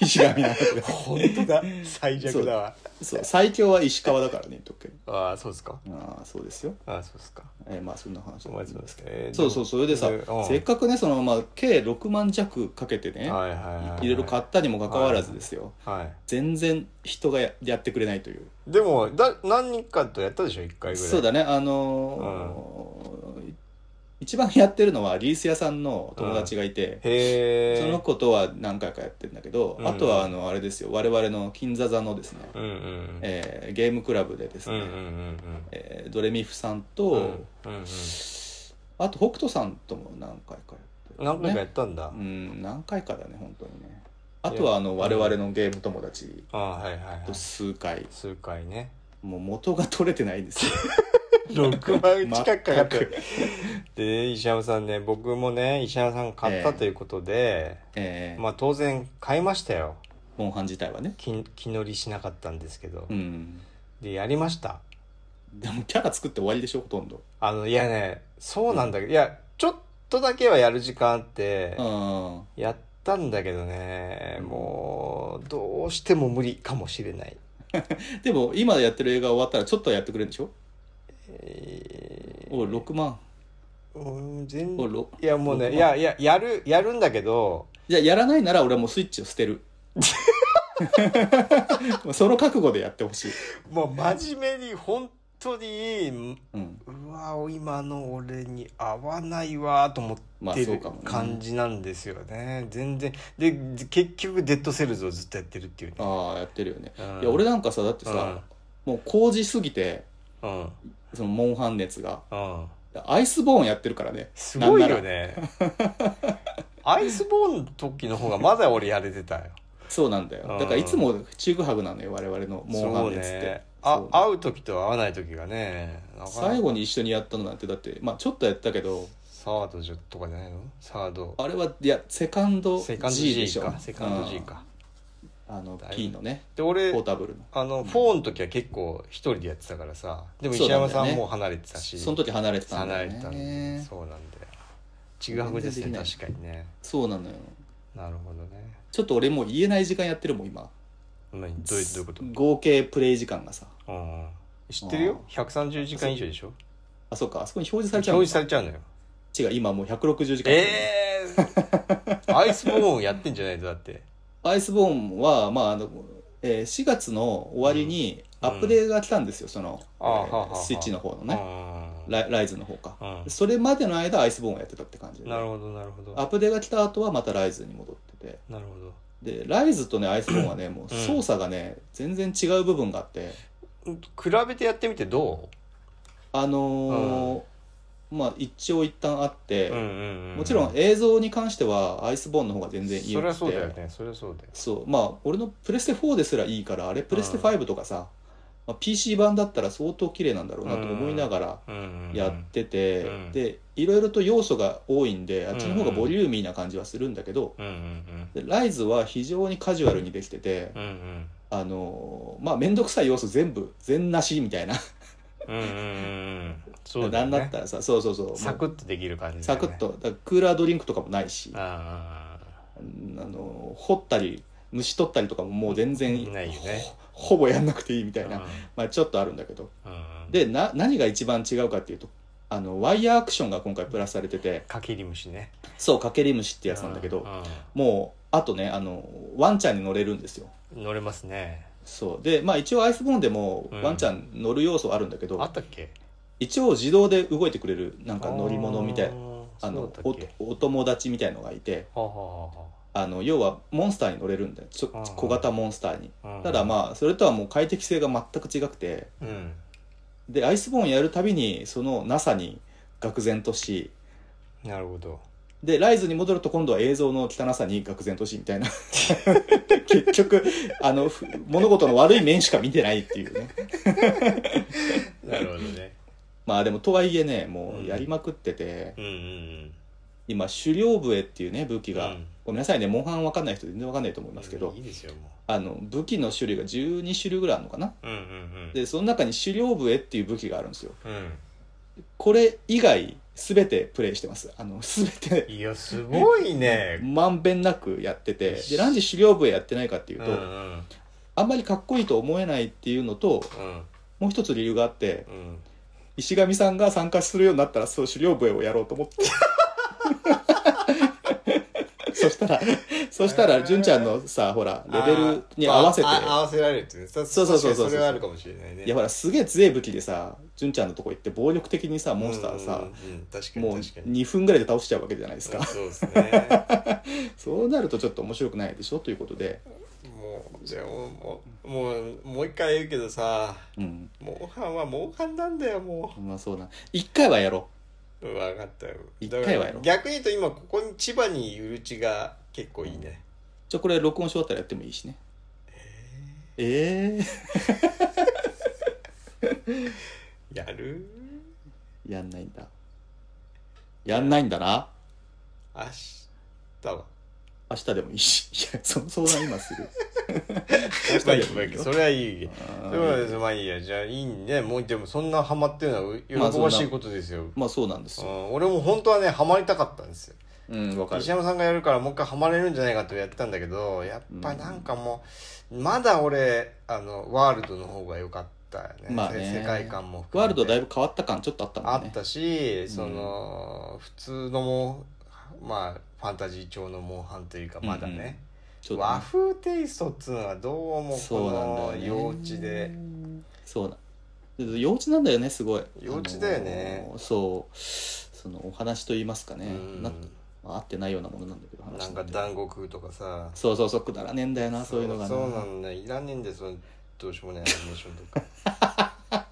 A: 石神なので
B: 本当だ最弱だわ
A: そう最強は石川だからね言っとくけど
B: ああそうですか
A: ああそうですよ
B: ああそうですか
A: えーまあそんな話
B: お前そうですかえー
A: そうそうそれでさ、
B: えーうん
A: せっかくねその、まあ、計6万弱かけてね、
B: はいはいはい
A: いろいろ買ったにもかかわらずですよ、
B: は
A: 全然人がややってくれないという
B: いでもだ何人かとやったでしょ一回ぐらい
A: そうだねあのーい一番やってるのはリース屋さんの友達がいて、
B: へえ
A: その子とは何回かやってるんだけど、
B: うん
A: あとはあのあれですよ我々の金座座のですね、
B: うんうん
A: えーゲームクラブでです
B: うん
A: ね、
B: うんうんうん
A: えードレミフさんと、
B: うんうん
A: あと北斗さんとも何回かやって
B: う
A: る
B: ん何回かや
A: ね
B: ったんだ
A: うん何回かだね本当にねあとはあの我々のゲーム友達
B: ああはいはいはい
A: と数回、
B: 数回ね
A: もう元が取れてないんですよ
B: 6万 近くかかっ
A: 全
B: て で石山さんね僕もね石山さんが買ったということで、
A: えー
B: まあ当然買いましたよ
A: モンハン自体はね
B: 気気乗りしなかったんですけど、
A: うん
B: でやりました
A: でもキャラ作って終わりでしょほとんど
B: あのいやねそうなんだけど、いやちょっとだけはやる時間あって
A: うん
B: やったんだけどねもうどうしても無理かもしれない、
A: でも今やってる映画終わったらちょっとはやってくれるんでしょ
B: え
A: おい6万
B: ーうん全
A: おいろ
B: いやもうね
A: 僕はい
B: やいややるやるんだけど
A: じゃあやらないなら俺はもうスイッチを捨 てるもうその覚悟でやってほしい、
B: もう真面目に本当に
A: うん、
B: うわ今の俺に合わないわと思
A: ま
B: っ
A: あ
B: て
A: そう
B: る
A: かもね
B: 感じなんですよね,、全然で結局デッドセルズをずっとやってるっていうね
A: ああやってるよね、
B: うん
A: いや俺なんかさだってさ、もう工事すぎて
B: うんうん
A: そのモンハン熱が
B: うん
A: アイスボーンやってるからね
B: すごい
A: な
B: よ
A: んなら
B: ねアイスボーンの時の方がまだ俺やれてたよ
A: そうなんだよ
B: うん
A: だからいつもチーグハグなのよ我々のモンハ
B: そう
A: ン熱って、
B: ね
A: そ
B: あ
A: う
B: 会う時と会わない時がねなかなか
A: 最後に一緒にやったのなんてだってまあちょっとやったけど
B: サードじゃとかじゃないのサード
A: あれはいやセカンド
B: セカンド
A: G でし
B: G
A: ょ
B: かセカンド G か
A: うんあの
B: だいぶ
A: P のね
B: で俺
A: ポータブルの
B: あの4の時は結構一人でやってたからさでも
A: そ
B: 石
A: うなんだよ
B: 山
A: ね
B: さんもう離れてたし
A: その時離れてたんだ
B: 離
A: よ
B: れてたんで
A: ね
B: そうなんだよちぐはぐです
A: 全
B: ね
A: 然で
B: 確かにね
A: そうなのよ
B: なるほどね
A: ちょっと俺もう言えない時間やってるもん今
B: 何どういうどういうこと
A: 合計プレイ時間がさ
B: うんうん知ってるよ130時間以上でしょ
A: あそうかあそこに表示されちゃ
B: 表
A: うの
B: 示されちゃうのよ
A: 違う今もう160時間
B: ええ ー、アイスボーンやってんじゃないとだって
A: アイスボーンは、まああのえー4月の終わりに
B: うん
A: アップデートが来たんですよ、その、
B: ああ
A: えー
B: はあはあ
A: スイッチの方の
B: う
A: ね、
B: ん
A: ライライズの方か、
B: うん
A: それまでの間アイスボーンをやってたって感じで
B: なるほどなるほど
A: アップデートが来た後はまたライズに戻ってて
B: なるほど
A: でライズとねアイスボーンはねもう操作がね、全然違う部分があって
B: うん比べてやってみてど
A: あのーまあ一長一短あって、
B: う、うんうんうん、
A: もちろん映像に関してはアイスボーンの方が全然いい
B: そ
A: よく
B: りゃ
A: て
B: そうだよねそりゃそうだよ
A: そうまあ俺のプレステ4ですらいいからあれプレステ5とかさ、まあ、PC 版だったら相当綺麗なんだろうなと思いながら
B: うんうんうん
A: やってて、
B: うん
A: でいろいろと要素が多いんであ
B: ん
A: っちの方がボリューミーな感じはするんだけど、
B: うんうん
A: でライズは非常にカジュアルにできてて、
B: うんうん
A: あのーまあ面倒くさい要素全部全なしみたいな、
B: うんうんうんそうだ
A: な
B: よ
A: ん
B: ね
A: だったらさそうそうそうもう
B: サクッとできる感じだ
A: サ
B: よね
A: クッとだからクーラードリンクとかもないし、
B: ああ
A: あの掘ったり虫取ったりとかももう全然
B: ないよね
A: ほほぼやんなくていいみたいな、
B: うん
A: まあ、ちょっとあるんだけど
B: うんうん
A: でな何が一番違うかっていうとあのワイヤーアクションが今回プラスされてて
B: かきり虫ね
A: そうかけり虫ってやつなんだけど、
B: う
A: もうあとねあのワンちゃんに乗れるんですよ
B: ん乗れますね
A: そうでまあ一応アイスボーンでも
B: うん
A: ワンちゃん乗る要素あるんだけど、
B: あったっけ
A: 一応自動で動いてくれるなんか乗り物みたいな
B: あ
A: あの
B: の
A: おお友達みたいのがいてあの要はモンスターに乗れるんだよちょ
B: あー
A: 小型モンスターにた
B: た
A: だまあそれとはもう快適性が全く違くて
B: うん
A: でアイスボーンやるたびにその NASA に愕然とし
B: なるほど
A: でライズに戻ると今度は映像の汚さに愕然としみたいな 結局あのふ物事の悪い面しか見てないっていうね
B: なるほどね
A: まあでもとはいえねも
B: う
A: うんやりまくってて、
B: うんうん
A: 今狩猟笛っていうね武器
B: うん
A: が、
B: うん
A: ごめんなさいねモンハン分かんない人全然分かんないと思いますけど、
B: いいですよも
A: あの武器の種類が12種類ぐらいあるのかな
B: ううんうんうん
A: でその中に狩猟笛っていう武器があるんですよ
B: うん
A: これ以外全てプレイしてますあの全て
B: いやすごいね
A: まんべんなくやっててでなんで修行部へやってないかっていううんと、
B: うん
A: あんまりかっこいいと思えないっていうのと
B: うん
A: もう一つ理由があって
B: うん
A: 石神さんが参加するようになったらそう狩猟笛をやろうと思 ってそしたらそしたら純ちゃんのさほらレベルに合わせて
B: あーあ合わせられるってねそう
A: そうそうそうそう
B: れはあるかもしれないね
A: いやほらすげえ強い武器でさ純ちゃんのとこ行って暴力的にさモンスターさ、
B: うんうんうん確かに
A: もう
B: 確かに
A: 2分ぐらいで倒しちゃうわけじゃないですか、
B: そうですね
A: そうなるとちょっと面白くないでしょということで、
B: もうじゃあもうもうもう一回言うけどさ
A: うん、
B: モンハンはモンハンなんだよも
A: まあそうな1回はやろ
B: う分かったよ
A: 一回はやろう
B: だから逆に言うと今ここに千葉にいるうちが結構いいね、
A: うじゃあこれ録音し終わったらやってもいいしねええ
B: やる
A: やんないんだやんないんだな
B: 明日は
A: 明日でもいいしいやその相談今する明日
B: まあい
A: でもい
B: い
A: い
B: よ
A: よ
B: それはいいよ
A: あ
B: それは
A: ー
B: まあいいやじゃあいいねもうでもそんなハマってるのは喜
A: まあそんな
B: ばしいことですよ、
A: まあそうなんです
B: う
A: よ
B: ん、俺も本当はねハマりたかったんですよ
A: うんわかる
B: 石山さんがやるからもう一回ハマれるんじゃないかとやってたんだけどやっぱなんかもうまだ俺あのワールドの方が良かったよね,せ、
A: まあね
B: 世界観も含
A: ワー
B: め
A: ル
B: て
A: ドだいぶ変わった感ちょっとあったも
B: あ
A: んね
B: ったし、その普通のもまあファンタジー調のモンハンというかまだね、
A: ちょっとね
B: 和風テイストっつうのはどうもこ
A: そうなんだよ
B: の
A: ね
B: 幼稚で、
A: そうな幼稚なんだよねすごい
B: 幼稚だよね
A: あのーそうそのお話と言いますかね、
B: うん
A: なまあ合ってないようなものなんだけど話
B: なん
A: な
B: か
A: んて
B: 団子食うとかさ
A: そうそうそうくだらねえんだよなそういうのがな
B: そうなんだいらねえんだよそのどうしようもないアニメーションと か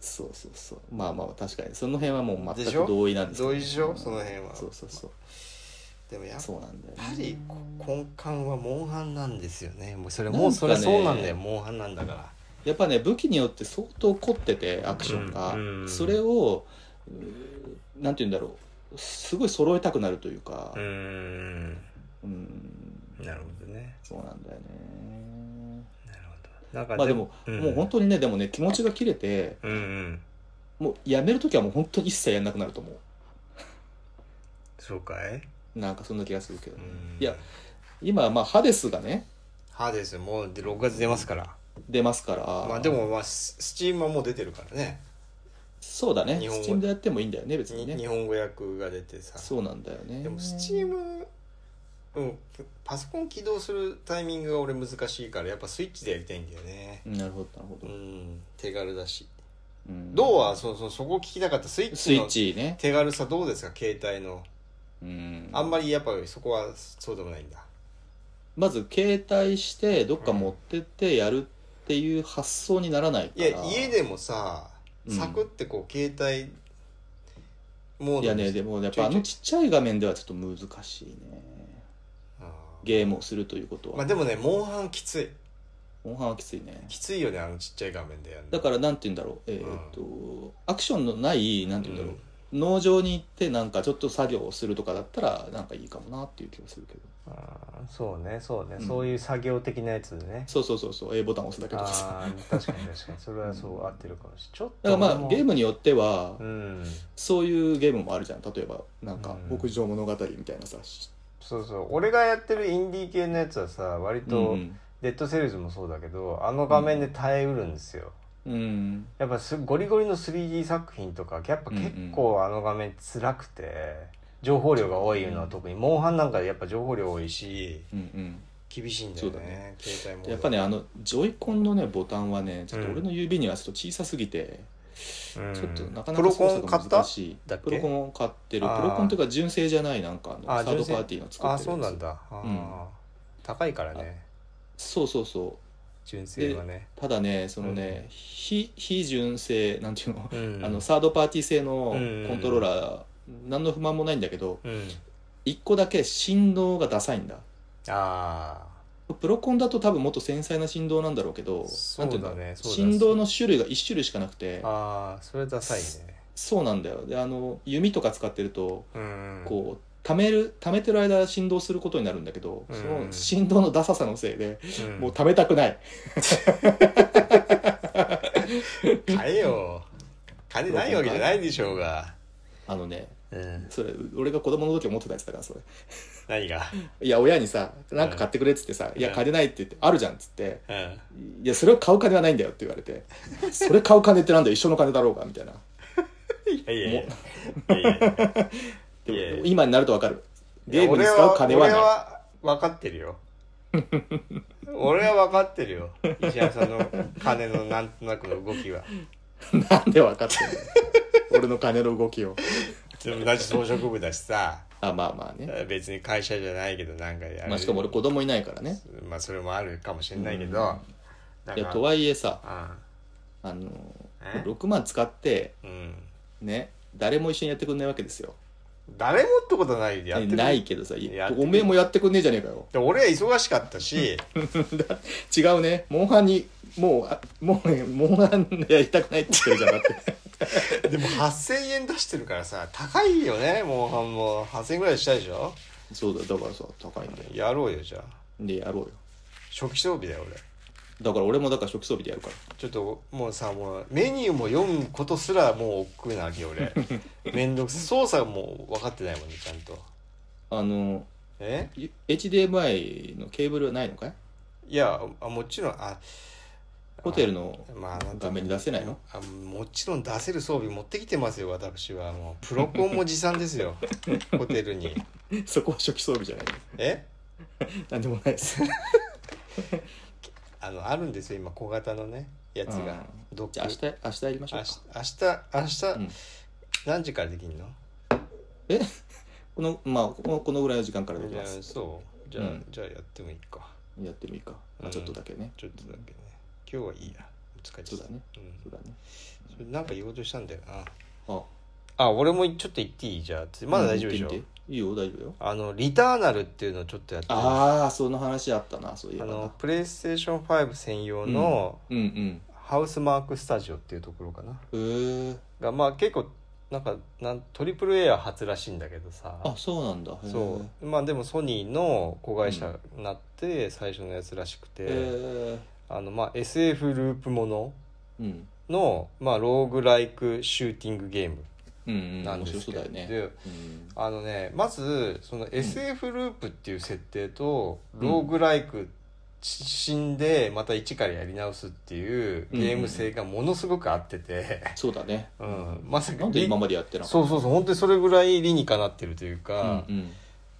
A: そうそうそうまあまあ確かにその辺はもう全
B: で
A: く
B: しょ
A: 同意なんですけど
B: 同意でしょその辺は
A: そうそうそう
B: でもやっぱ
A: そうなんだよね
B: やっぱりこ根幹はモンハンなんですよねもうそ
A: な
B: れ
A: んかね
B: もうそれそうなんだよモンハンなんだから
A: やっぱね武器によって相当凝っててアクションが、
B: うんうん
A: それをうーなんて言うんだろうすごい揃えたくなるというか
B: ん
A: うん
B: なるほどね
A: そうなんだよね
B: なるほどなんか
A: まあでも、もう本当にねでもね気持ちが切れて
B: うんうん
A: もうやめる時はもう本当に一切やんなくなると思
B: そうかいう
A: なんかそんな気がするけどね、
B: うん
A: いや今はまあハデスがね
B: はですよもうで6月出ますから
A: 出ますから
B: まあでもまあススチームはもう出てるからね
A: そうだね
B: 日本語
A: スチームでやってもいいんだよね別に
B: に
A: ね
B: 日本語訳が出てさ
A: そうなんだよね
B: でもスチームうんパソコン起動するタイミングが俺難しいからやっぱスイッチでやりたいんだよね
A: なるほどなるほ
B: う
A: ど、
B: ん手軽だし
A: うん
B: どうはそうそうそこ聞きたかったスイッ
A: ス
B: チ
A: イ
B: の
A: ッチね
B: 手軽さどうですか携帯の
A: うん
B: あんまりやっぱそこはそうでもないんだ
A: まず携帯してどっか持ってってやるっていう発想にならないか
B: い
A: ら
B: や家でもさ
A: うん
B: サクってこう携帯モード
A: い
B: に
A: やねでもやっぱあのちっちゃい画面ではちょっと難しいね
B: あー
A: ゲームをするということは、
B: まあでもねモンハンきつい
A: モンハンはきついね
B: きついよねあのちっちゃい画面でやるの
A: だからなんて言うんだろうえーっと、アクションのないなんて言うんだろう、農場に行ってなんかちょっと作業をするとかだったらなんかいいかもなっていう気がするけど
B: あーそうねそうね、
A: うん
B: そういう作業的なやつでね
A: そうそうそうそう A ボタンを押すだけとかさ
B: あー確かに確かにそれはそう合ってるかもしれないちょっ
A: だから
B: と
A: まあゲーム
B: に
A: によっては、
B: うん
A: そういうゲームもあるじゃん例えばなんか
B: うん
A: 牧場物語みたいなさ、
B: そうそう俺がやってるインディー系のやつはさ割
A: う
B: と
A: ん
B: デッドセルズもそうだけどあの画面で耐えうるんですよ、
A: うん、
B: やっぱすゴリゴリの 3D 作品とかやっぱ結構あの画面辛くて、情報量が多いのは特にモンハンなんかやっぱ情報量多いし
A: うんうん
B: 厳しいんだよね
A: そうだね
B: 携帯も
A: やっぱねあのジョイコンのねボタンはねちょっと
B: うん
A: 俺の指にはちょっと小さすぎて、
B: うん
A: ちょっとなかなか
B: プロコ
A: 操
B: ン買っ
A: 作が
B: た
A: 難しい
B: だっけ
A: プロコンを買ってる
B: あー
A: プロコンというか純正じゃないなんかあのサー
B: あー
A: ド
B: 純正
A: パーティーの作ってる
B: あ
A: やつ
B: そうなんだ、あー
A: うん
B: 高いからね
A: そうそうそう
B: 純正はね
A: ただねそのね、
B: うん
A: 非非純正なんていうの,、
B: うん
A: あのサードパーティー製の
B: うん
A: コントローラー、何の不満もないんだけど
B: うん
A: 一個だけ振動がダサいんだ
B: あ
A: プロコンだと多分もっと繊細な振動なんだろうけど
B: そうだね
A: なんていの
B: そうだ
A: 振動の種類が1種類しかなくて
B: ーあーそれダサいね
A: そうなんだよであの弓とか使ってると
B: うん
A: こう溜める溜めてる間振動することになるんだけど、
B: うん
A: その振動のダサさのせいで、
B: うん
A: もう溜めたくない
B: 買えよ金ないわけじゃないでしょうが。
A: あのね
B: うん。
A: それ俺が子供の時思ってたやつだからそれ
B: 何が。
A: いや親にさなんか買ってくれっつってさ「
B: ん
A: いや金ない」って言って「あるじゃん」っつって
B: うん。
A: 「いやそれを買う金はないんだよ」って言われて「それ買う金ってなんだよ一緒の金だろうが」みたいない
B: やいやいや。い やいや
A: でも
B: いやいや
A: 今になるとわかるゲームに
B: 俺
A: 使う
B: は
A: 金は
B: 俺
A: な
B: は分かってるよ 俺は分かってるよ石原さんの金のなんとなくの動きはい
A: なんで分かってんの 俺の金の動きを
B: でも同じ装飾部だしさ
A: あまあまあね
B: 別に会社じゃないけどなんかやる
A: まあしかも俺子供いないからね
B: まあそれもあるかもしれないけど
A: うん
B: なん
A: いや
B: か
A: とはいえさ
B: あ
A: あの
B: え
A: 6万使って
B: うん
A: ね誰も一緒にやってくんないわけですよ
B: 誰もってことないでやってくれ
A: ないけどさい
B: やってく
A: おめえもやってくんねえじゃねえかよ
B: で俺は忙しかったし
A: 違うねモンハンにもうあもうねモンハンやりたくないって言ってるじゃな くて
B: でも8000円出してるからさ高いよねもう半も8000円ぐらいしたでしょ
A: そうだだからさ高いんだよ
B: やろうよじゃあ
A: でやろうよ
B: 初期装備だよ俺
A: だから俺もだから初期装備でやるから
B: ちょっともうさもうメニューも読むことすらもう億劫なわけ よ俺めんどくさい操作も分かってないもんねちゃんと
A: あの
B: え
A: HDMI のケーブルはないのかい
B: いやあもちろんあ
A: ホテルの
B: まあなん
A: 画面に出せないの
B: あもちろん出せる装備持ってきてますよ私はもうプロコンも持参です よホテルに
A: そこは初期装備じゃない
B: え
A: なんでもない です
B: あのあるんですよ今小型のねやつがどっ
A: じゃあ明日明日やりましょう
B: 明
A: か
B: 日明日明日、
A: ん
B: 何時からできんの
A: えこのまあこのこのぐらいの時間からでき
B: じゃ
A: ま
B: あ
A: す
B: そうじゃあ、
A: うん
B: じゃあやってもいいか
A: やってもいいか、
B: うん
A: ちょっとだけね
B: ちょっとだけね。今日はいいや。疲れち
A: そ
B: ゃ
A: う
B: っ
A: だ
B: た。
A: ね
B: う
A: そうだね
B: ん。それなんか言おうとしたんだよな。
A: あ
B: あ、俺もちょっと言っていいじゃあ。つまだ大丈夫でしょ
A: うん見て見ていいよ大丈夫よ
B: あの、リターナルっていうのをちょっとやってるあ
A: ああその話あったなそういえばな
B: の、プレイステーション5専用の
A: うんうん
B: ハウスマークスタジオっていうところかな。
A: へえ
B: が、まあ結構、なんか、なんトリプル A は初らしいんだけどさ。
A: あそうなんだへー
B: そう。まあでもソニーの子会社になって最初のやつらしくて、
A: へえ
B: あの、まあ SF ループもの
A: うん
B: の、まあ、ローグライクシューティングゲーム
A: うんうん
B: なん
A: 面
B: で
A: 白
B: すけ
A: そう
B: ど
A: だよね
B: で
A: うん
B: あのねまずその SF ループっていう設定と、ローグライクし死んでまた一からやり直すっていうゲーム性がものすごく合ってて、
A: そうだね
B: うんまさか
A: なんで今までやってなかっ
B: そうそうそう本当にそれぐらい理にかなってるという
A: た
B: か、
A: うんうん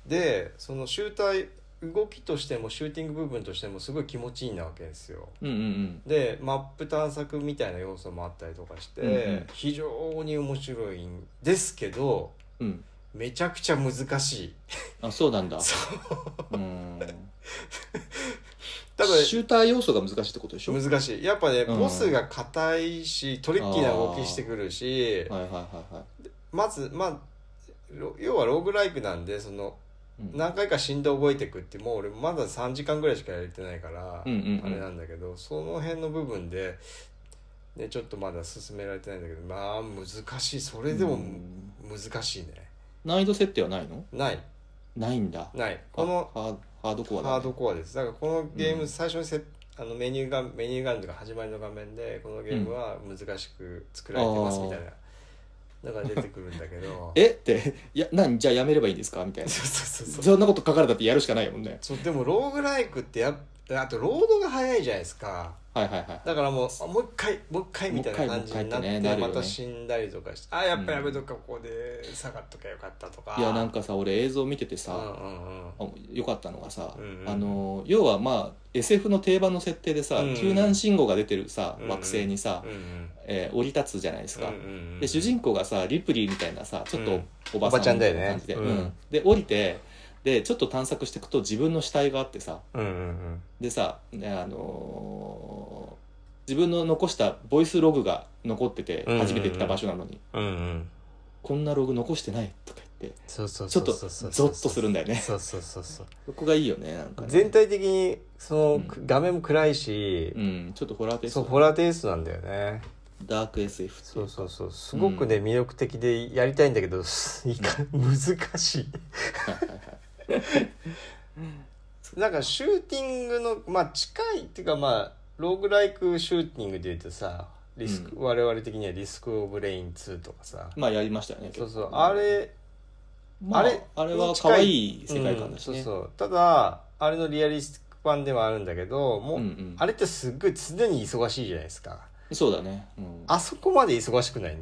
B: でその集体動きとしてもシューティング部分としてもすごい気持ちいいなわけですよ。
A: うんうん
B: でマップ探索みたいな要素もあったりとかして、
A: うんうん
B: 非常に面白いんですけど
A: うんうん
B: めちゃくちゃ難しい
A: あそうなんだ
B: そ
A: う
B: う
A: ん
B: 多
A: シューター要素が難しいってことでしょ
B: 分難しいやっぱね、
A: うん
B: ボスが硬いしトリッキーな動きしてくるし
A: はいはいはいはい
B: まずまあロ要はローグライクなんでその
A: うん
B: 何回か死んで覚えていくってもう俺まだ3時間ぐらいしかやれてないから、
A: うんうんうん
B: あれなんだけどその辺の部分で、ね、ちょっとまだ進められてないんだけどまあ難しいそれでも
A: うん
B: 難しいね、
A: 難易度設定はないの
B: ない
A: ないんだ
B: ないこの
A: あハーハードコアだね
B: ハードコアですだからこのゲーム
A: うん
B: 最初にせ、あのメニューがメニュー画面とか始まりの画面でこのゲームは難しく作られてます
A: うん
B: みたいなのが出てくるんだ けど
A: えっていや何じゃあやめればいいんですかみたいな
B: そうそうそうそう
A: そんなこと書かれたってやるしかないもんね
B: そうでもローグライクってやっあとロードが早いじゃないですか
A: はいはいはい
B: だからもうあもう一回もう一回みたいな感じにな
A: もう一回もう一回
B: って
A: ってねなるよ
B: ま
A: ね
B: た死んだりとかしてあやっぱやめとくかここで下がっときゃよかったとか
A: いやなん
B: か
A: かさ俺映像見てて
B: うんう
A: さ、
B: んうん
A: あよかったのがさ、
B: うんうん
A: あの要はまあ SF の定番の設定でさ、
B: うんうん
A: 救難信号が出てるさ、
B: うんうん
A: 惑星にさ、
B: うんうん
A: えー降り立つじゃないですか、
B: うんうんうん
A: で主人公がさリプリーみたいなさちょっ
B: うん
A: とおば
B: おばちゃ
A: さん
B: ん
A: み
B: だ
A: た
B: よ
A: い
B: ね
A: な感じで、
B: うん
A: うんで降りてでちょっと探索していくと自分の死体があってさ
B: うんうんうん
A: でさ、ねあのー自分の残したボイスログが残ってて
B: うんうんうん
A: 初めて行った場所なのに、
B: うんうん
A: こんなログ残してないとか言って
B: そうそう
A: ちょ
B: そ
A: っ
B: う
A: と
B: そ
A: ゾ
B: うそう
A: ッとするんだよね
B: そうそうそう そう
A: そこがいいよねなんかね
B: 全体的にその、
A: うん
B: 画面も暗いし
A: う、んちょっとホラーテイス
B: そう
A: ト
B: ホラーテイストなんだよね
A: ダーク SF ってい
B: そううそうそうすごくね、魅力的でやりたいんだけど すいか難しいなんかシューティングのまあ近いっていうかまあローグライクシューティングで言うとさリスク、我々的にはリスク・オブ・レイン2とかさ、
A: まあやりましたよね
B: そうそうあ、れ
A: 結構まあ
B: あれ
A: あれは可愛い世界観だしね、
B: うんそうそうただあれのリアリスティック版ではあるんだけどもう、
A: うんうん
B: あれってすっごい常に忙しいじゃないですか
A: そうだね、うん
B: あそこまで忙しくないっ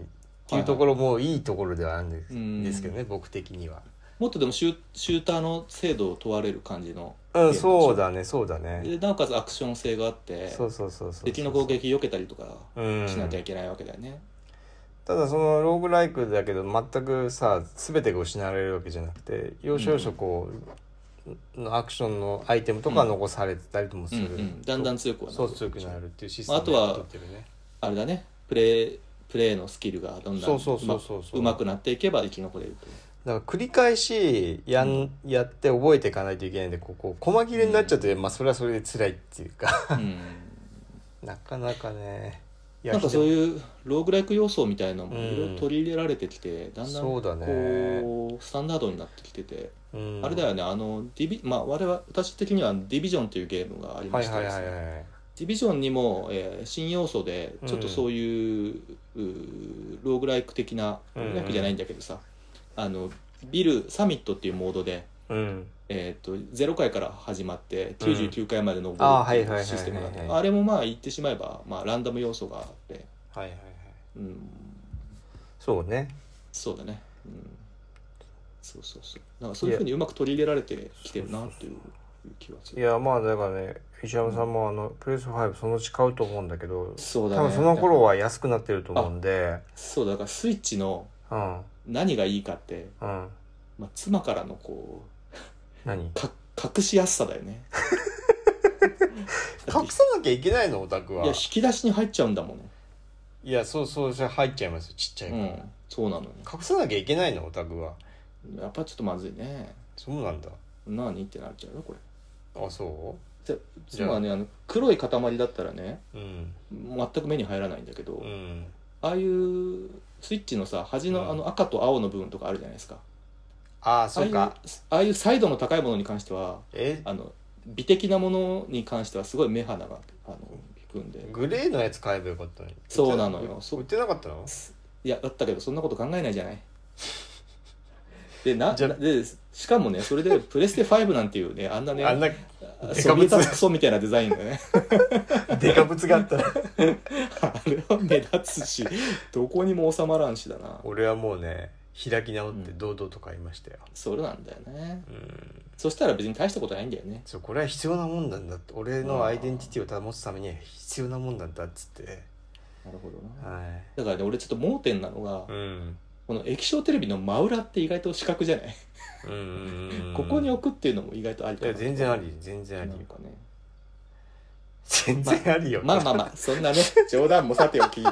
B: ていうところもいいところではあるんです,、
A: うん
B: けどね僕的には、
A: もっとでもシュシューターの精度を問われる感じの
B: うん、そうだねそうだね
A: でなおかつアクション性があって
B: そうそうそうそう
A: 敵の攻撃避けたりとか
B: うん
A: しなきゃいけないわけだよね、
B: ただそのローグライクだけど全くさ全てが失われるわけじゃなくて要所要所こう、のアクションのアイテムとかは残されてたりもす
A: うん
B: る、
A: うんだんだん強くはなる
B: そう強くなるっていうシステム
A: まああとは
B: になってるね
A: あれだねプレープレーのスキルがどんどん
B: そうそうそうそうそう
A: うまくなっていけば生き残れると
B: だから繰り返しやん、やって覚えていかないといけないんでこうこう細切れになっちゃって、まあそれはそれで辛いっていうか
A: うん
B: なかなかねいや
A: なんかそう
B: ひ
A: いうローグライク要素みたいなのも
B: うん
A: いろいろ取り入れられてきて、だんだん
B: そうだね
A: こうスタンダードになってきてて、
B: どいうん
A: あれだよねあのディビ、まあ、我々私的にはディビジョンっていうゲームがありま
B: は
A: し
B: い
A: て
B: はい
A: で
B: は
A: す
B: い
A: ね
B: はい
A: ディビジョンにも、えー新要素でちょっとそういう,、うーローグライク的な
B: う
A: ロ
B: ん
A: ー
B: うん
A: グライクじゃないんだけどさ、あのビルサミットっていうモードで、
B: うん
A: えー、と0回から始まって99回まで登る
B: あー
A: っ
B: はい
A: てい
B: はいは
A: う
B: い
A: システムがあって
B: はいはい
A: あれもまあ言ってしまえば、まあ、ランダム要素があって、
B: はいはいはい
A: うん、
B: そうね
A: そうだね、うん、そうそうそうなんかそういうふうにうまく取り入れられてきてるなという気はす
B: い
A: る
B: やまあだからね石山さんもあのプレス5そのうち買うと思うんだけど
A: そうだね
B: 多分その頃は安くなってると思うんで
A: そうだからスイッチの
B: うん
A: 何がいいかって、
B: うん
A: まあ、妻からのこ
B: 何
A: うか隠しやすさだよねだって
B: 隠さなきゃいけないのオタクはい
A: や引き出しに入っちゃうんだもん、
B: いやそうそうそれ入っちゃいますよちっちゃいから、
A: う
B: 隠
A: ん、そうなのよ
B: さなきゃいけないのオタクは
A: やっぱちょっとまずいね
B: そうなんだ
A: 何ってなっちゃうよこれ
B: あそ
A: じゃ妻はねあの黒い塊だったらね
B: ううん
A: 全く目に入らないんだけど、
B: うん
A: ああいうスイッチのさ端の,、
B: うん
A: あの赤と青の部分とかあるじゃないですか
B: ああそう
A: あ
B: か
A: あいうああいう彩度の高いものに関しては
B: え
A: あの美的なものに関してはすごい目鼻があの引くんで
B: グレーのやつ買えばよかったのに
A: そうなのよそう
B: 売ってなかったの
A: いやだったけどそんなこと考えないじゃ ないでな
B: じゃ
A: でしかもねそれでプレステ5なんていうねあんなね
B: あんなデカ
A: そ
B: ブ
A: び
B: ツ
A: たクソみたいなデザインがね
B: デカブツがあったら
A: あれは目立つしどこにも収まらんしだな
B: 俺はもうね開き直って堂々と買いましたよ
A: それなんだよね
B: うん
A: そしたら別に大したことないんだよね
B: そうこれは必要なもんなんだって俺のアイデンティティを保つためには必要なもんなんだっつって
A: なるほどな
B: は
A: だからね俺ちょっと盲点なのが
B: いうん
A: この液晶テレビの真裏って意外と四角じゃない
B: うんうんうん
A: ここに
B: い
A: 置くっていうのも意外とありかな
B: や全然あり全然あ
A: な
B: り
A: んかね
B: 全然ありよ、
A: まあまあまあそんなね冗談もさてお き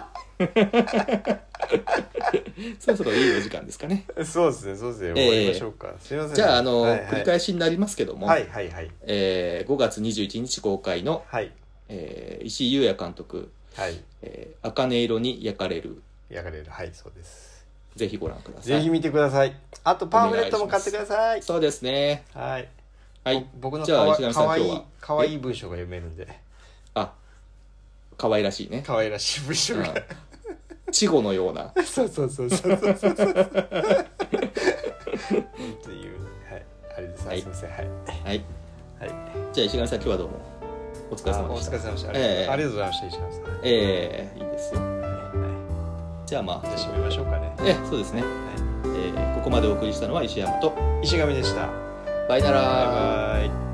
A: そろそろいいお時間ですかね
B: そうですねそうですね
A: ええ
B: 終わりましょうか、すいません
A: じゃああの、
B: はいはい
A: 繰り返しになりますけども、
B: はいはいはい
A: えー5月21日公開の、
B: はい
A: えー石井優也監督
B: はい
A: 「えー、茜色に焼かれる
B: 焼かれるはいそうです」
A: ぜひご覧ください
B: ぜひ見てくださいあとパンフレットも買ってください
A: そうですね
B: はい、
A: はい
B: ぼ僕の
A: じ
B: か
A: ゃあ
B: わ
A: 石上
B: か
A: さん
B: わい
A: 今日
B: い
A: は
B: かわいい文章が読めるんで
A: あ可愛らしいね
B: かわいらしい文章が、
A: うん稚語のような
B: そうそうそうそうそうそうっていうはいあれです、
A: はい
B: すみませんはい
A: はい
B: はい
A: じゃあ石上さん今日はどうもお疲れ
B: あ
A: 様
B: お
A: でし
B: 疲
A: た
B: れ様でした、
A: ええ
B: ありがとうございました石原さんはい
A: ええいいですよじゃあま
B: じゃあ締
A: あ
B: めましょうかね、
A: ええそうですね、ええここまでお送りしたのは石山と
B: 石上でした
A: バイナラ
B: バ
A: ー
B: イバイ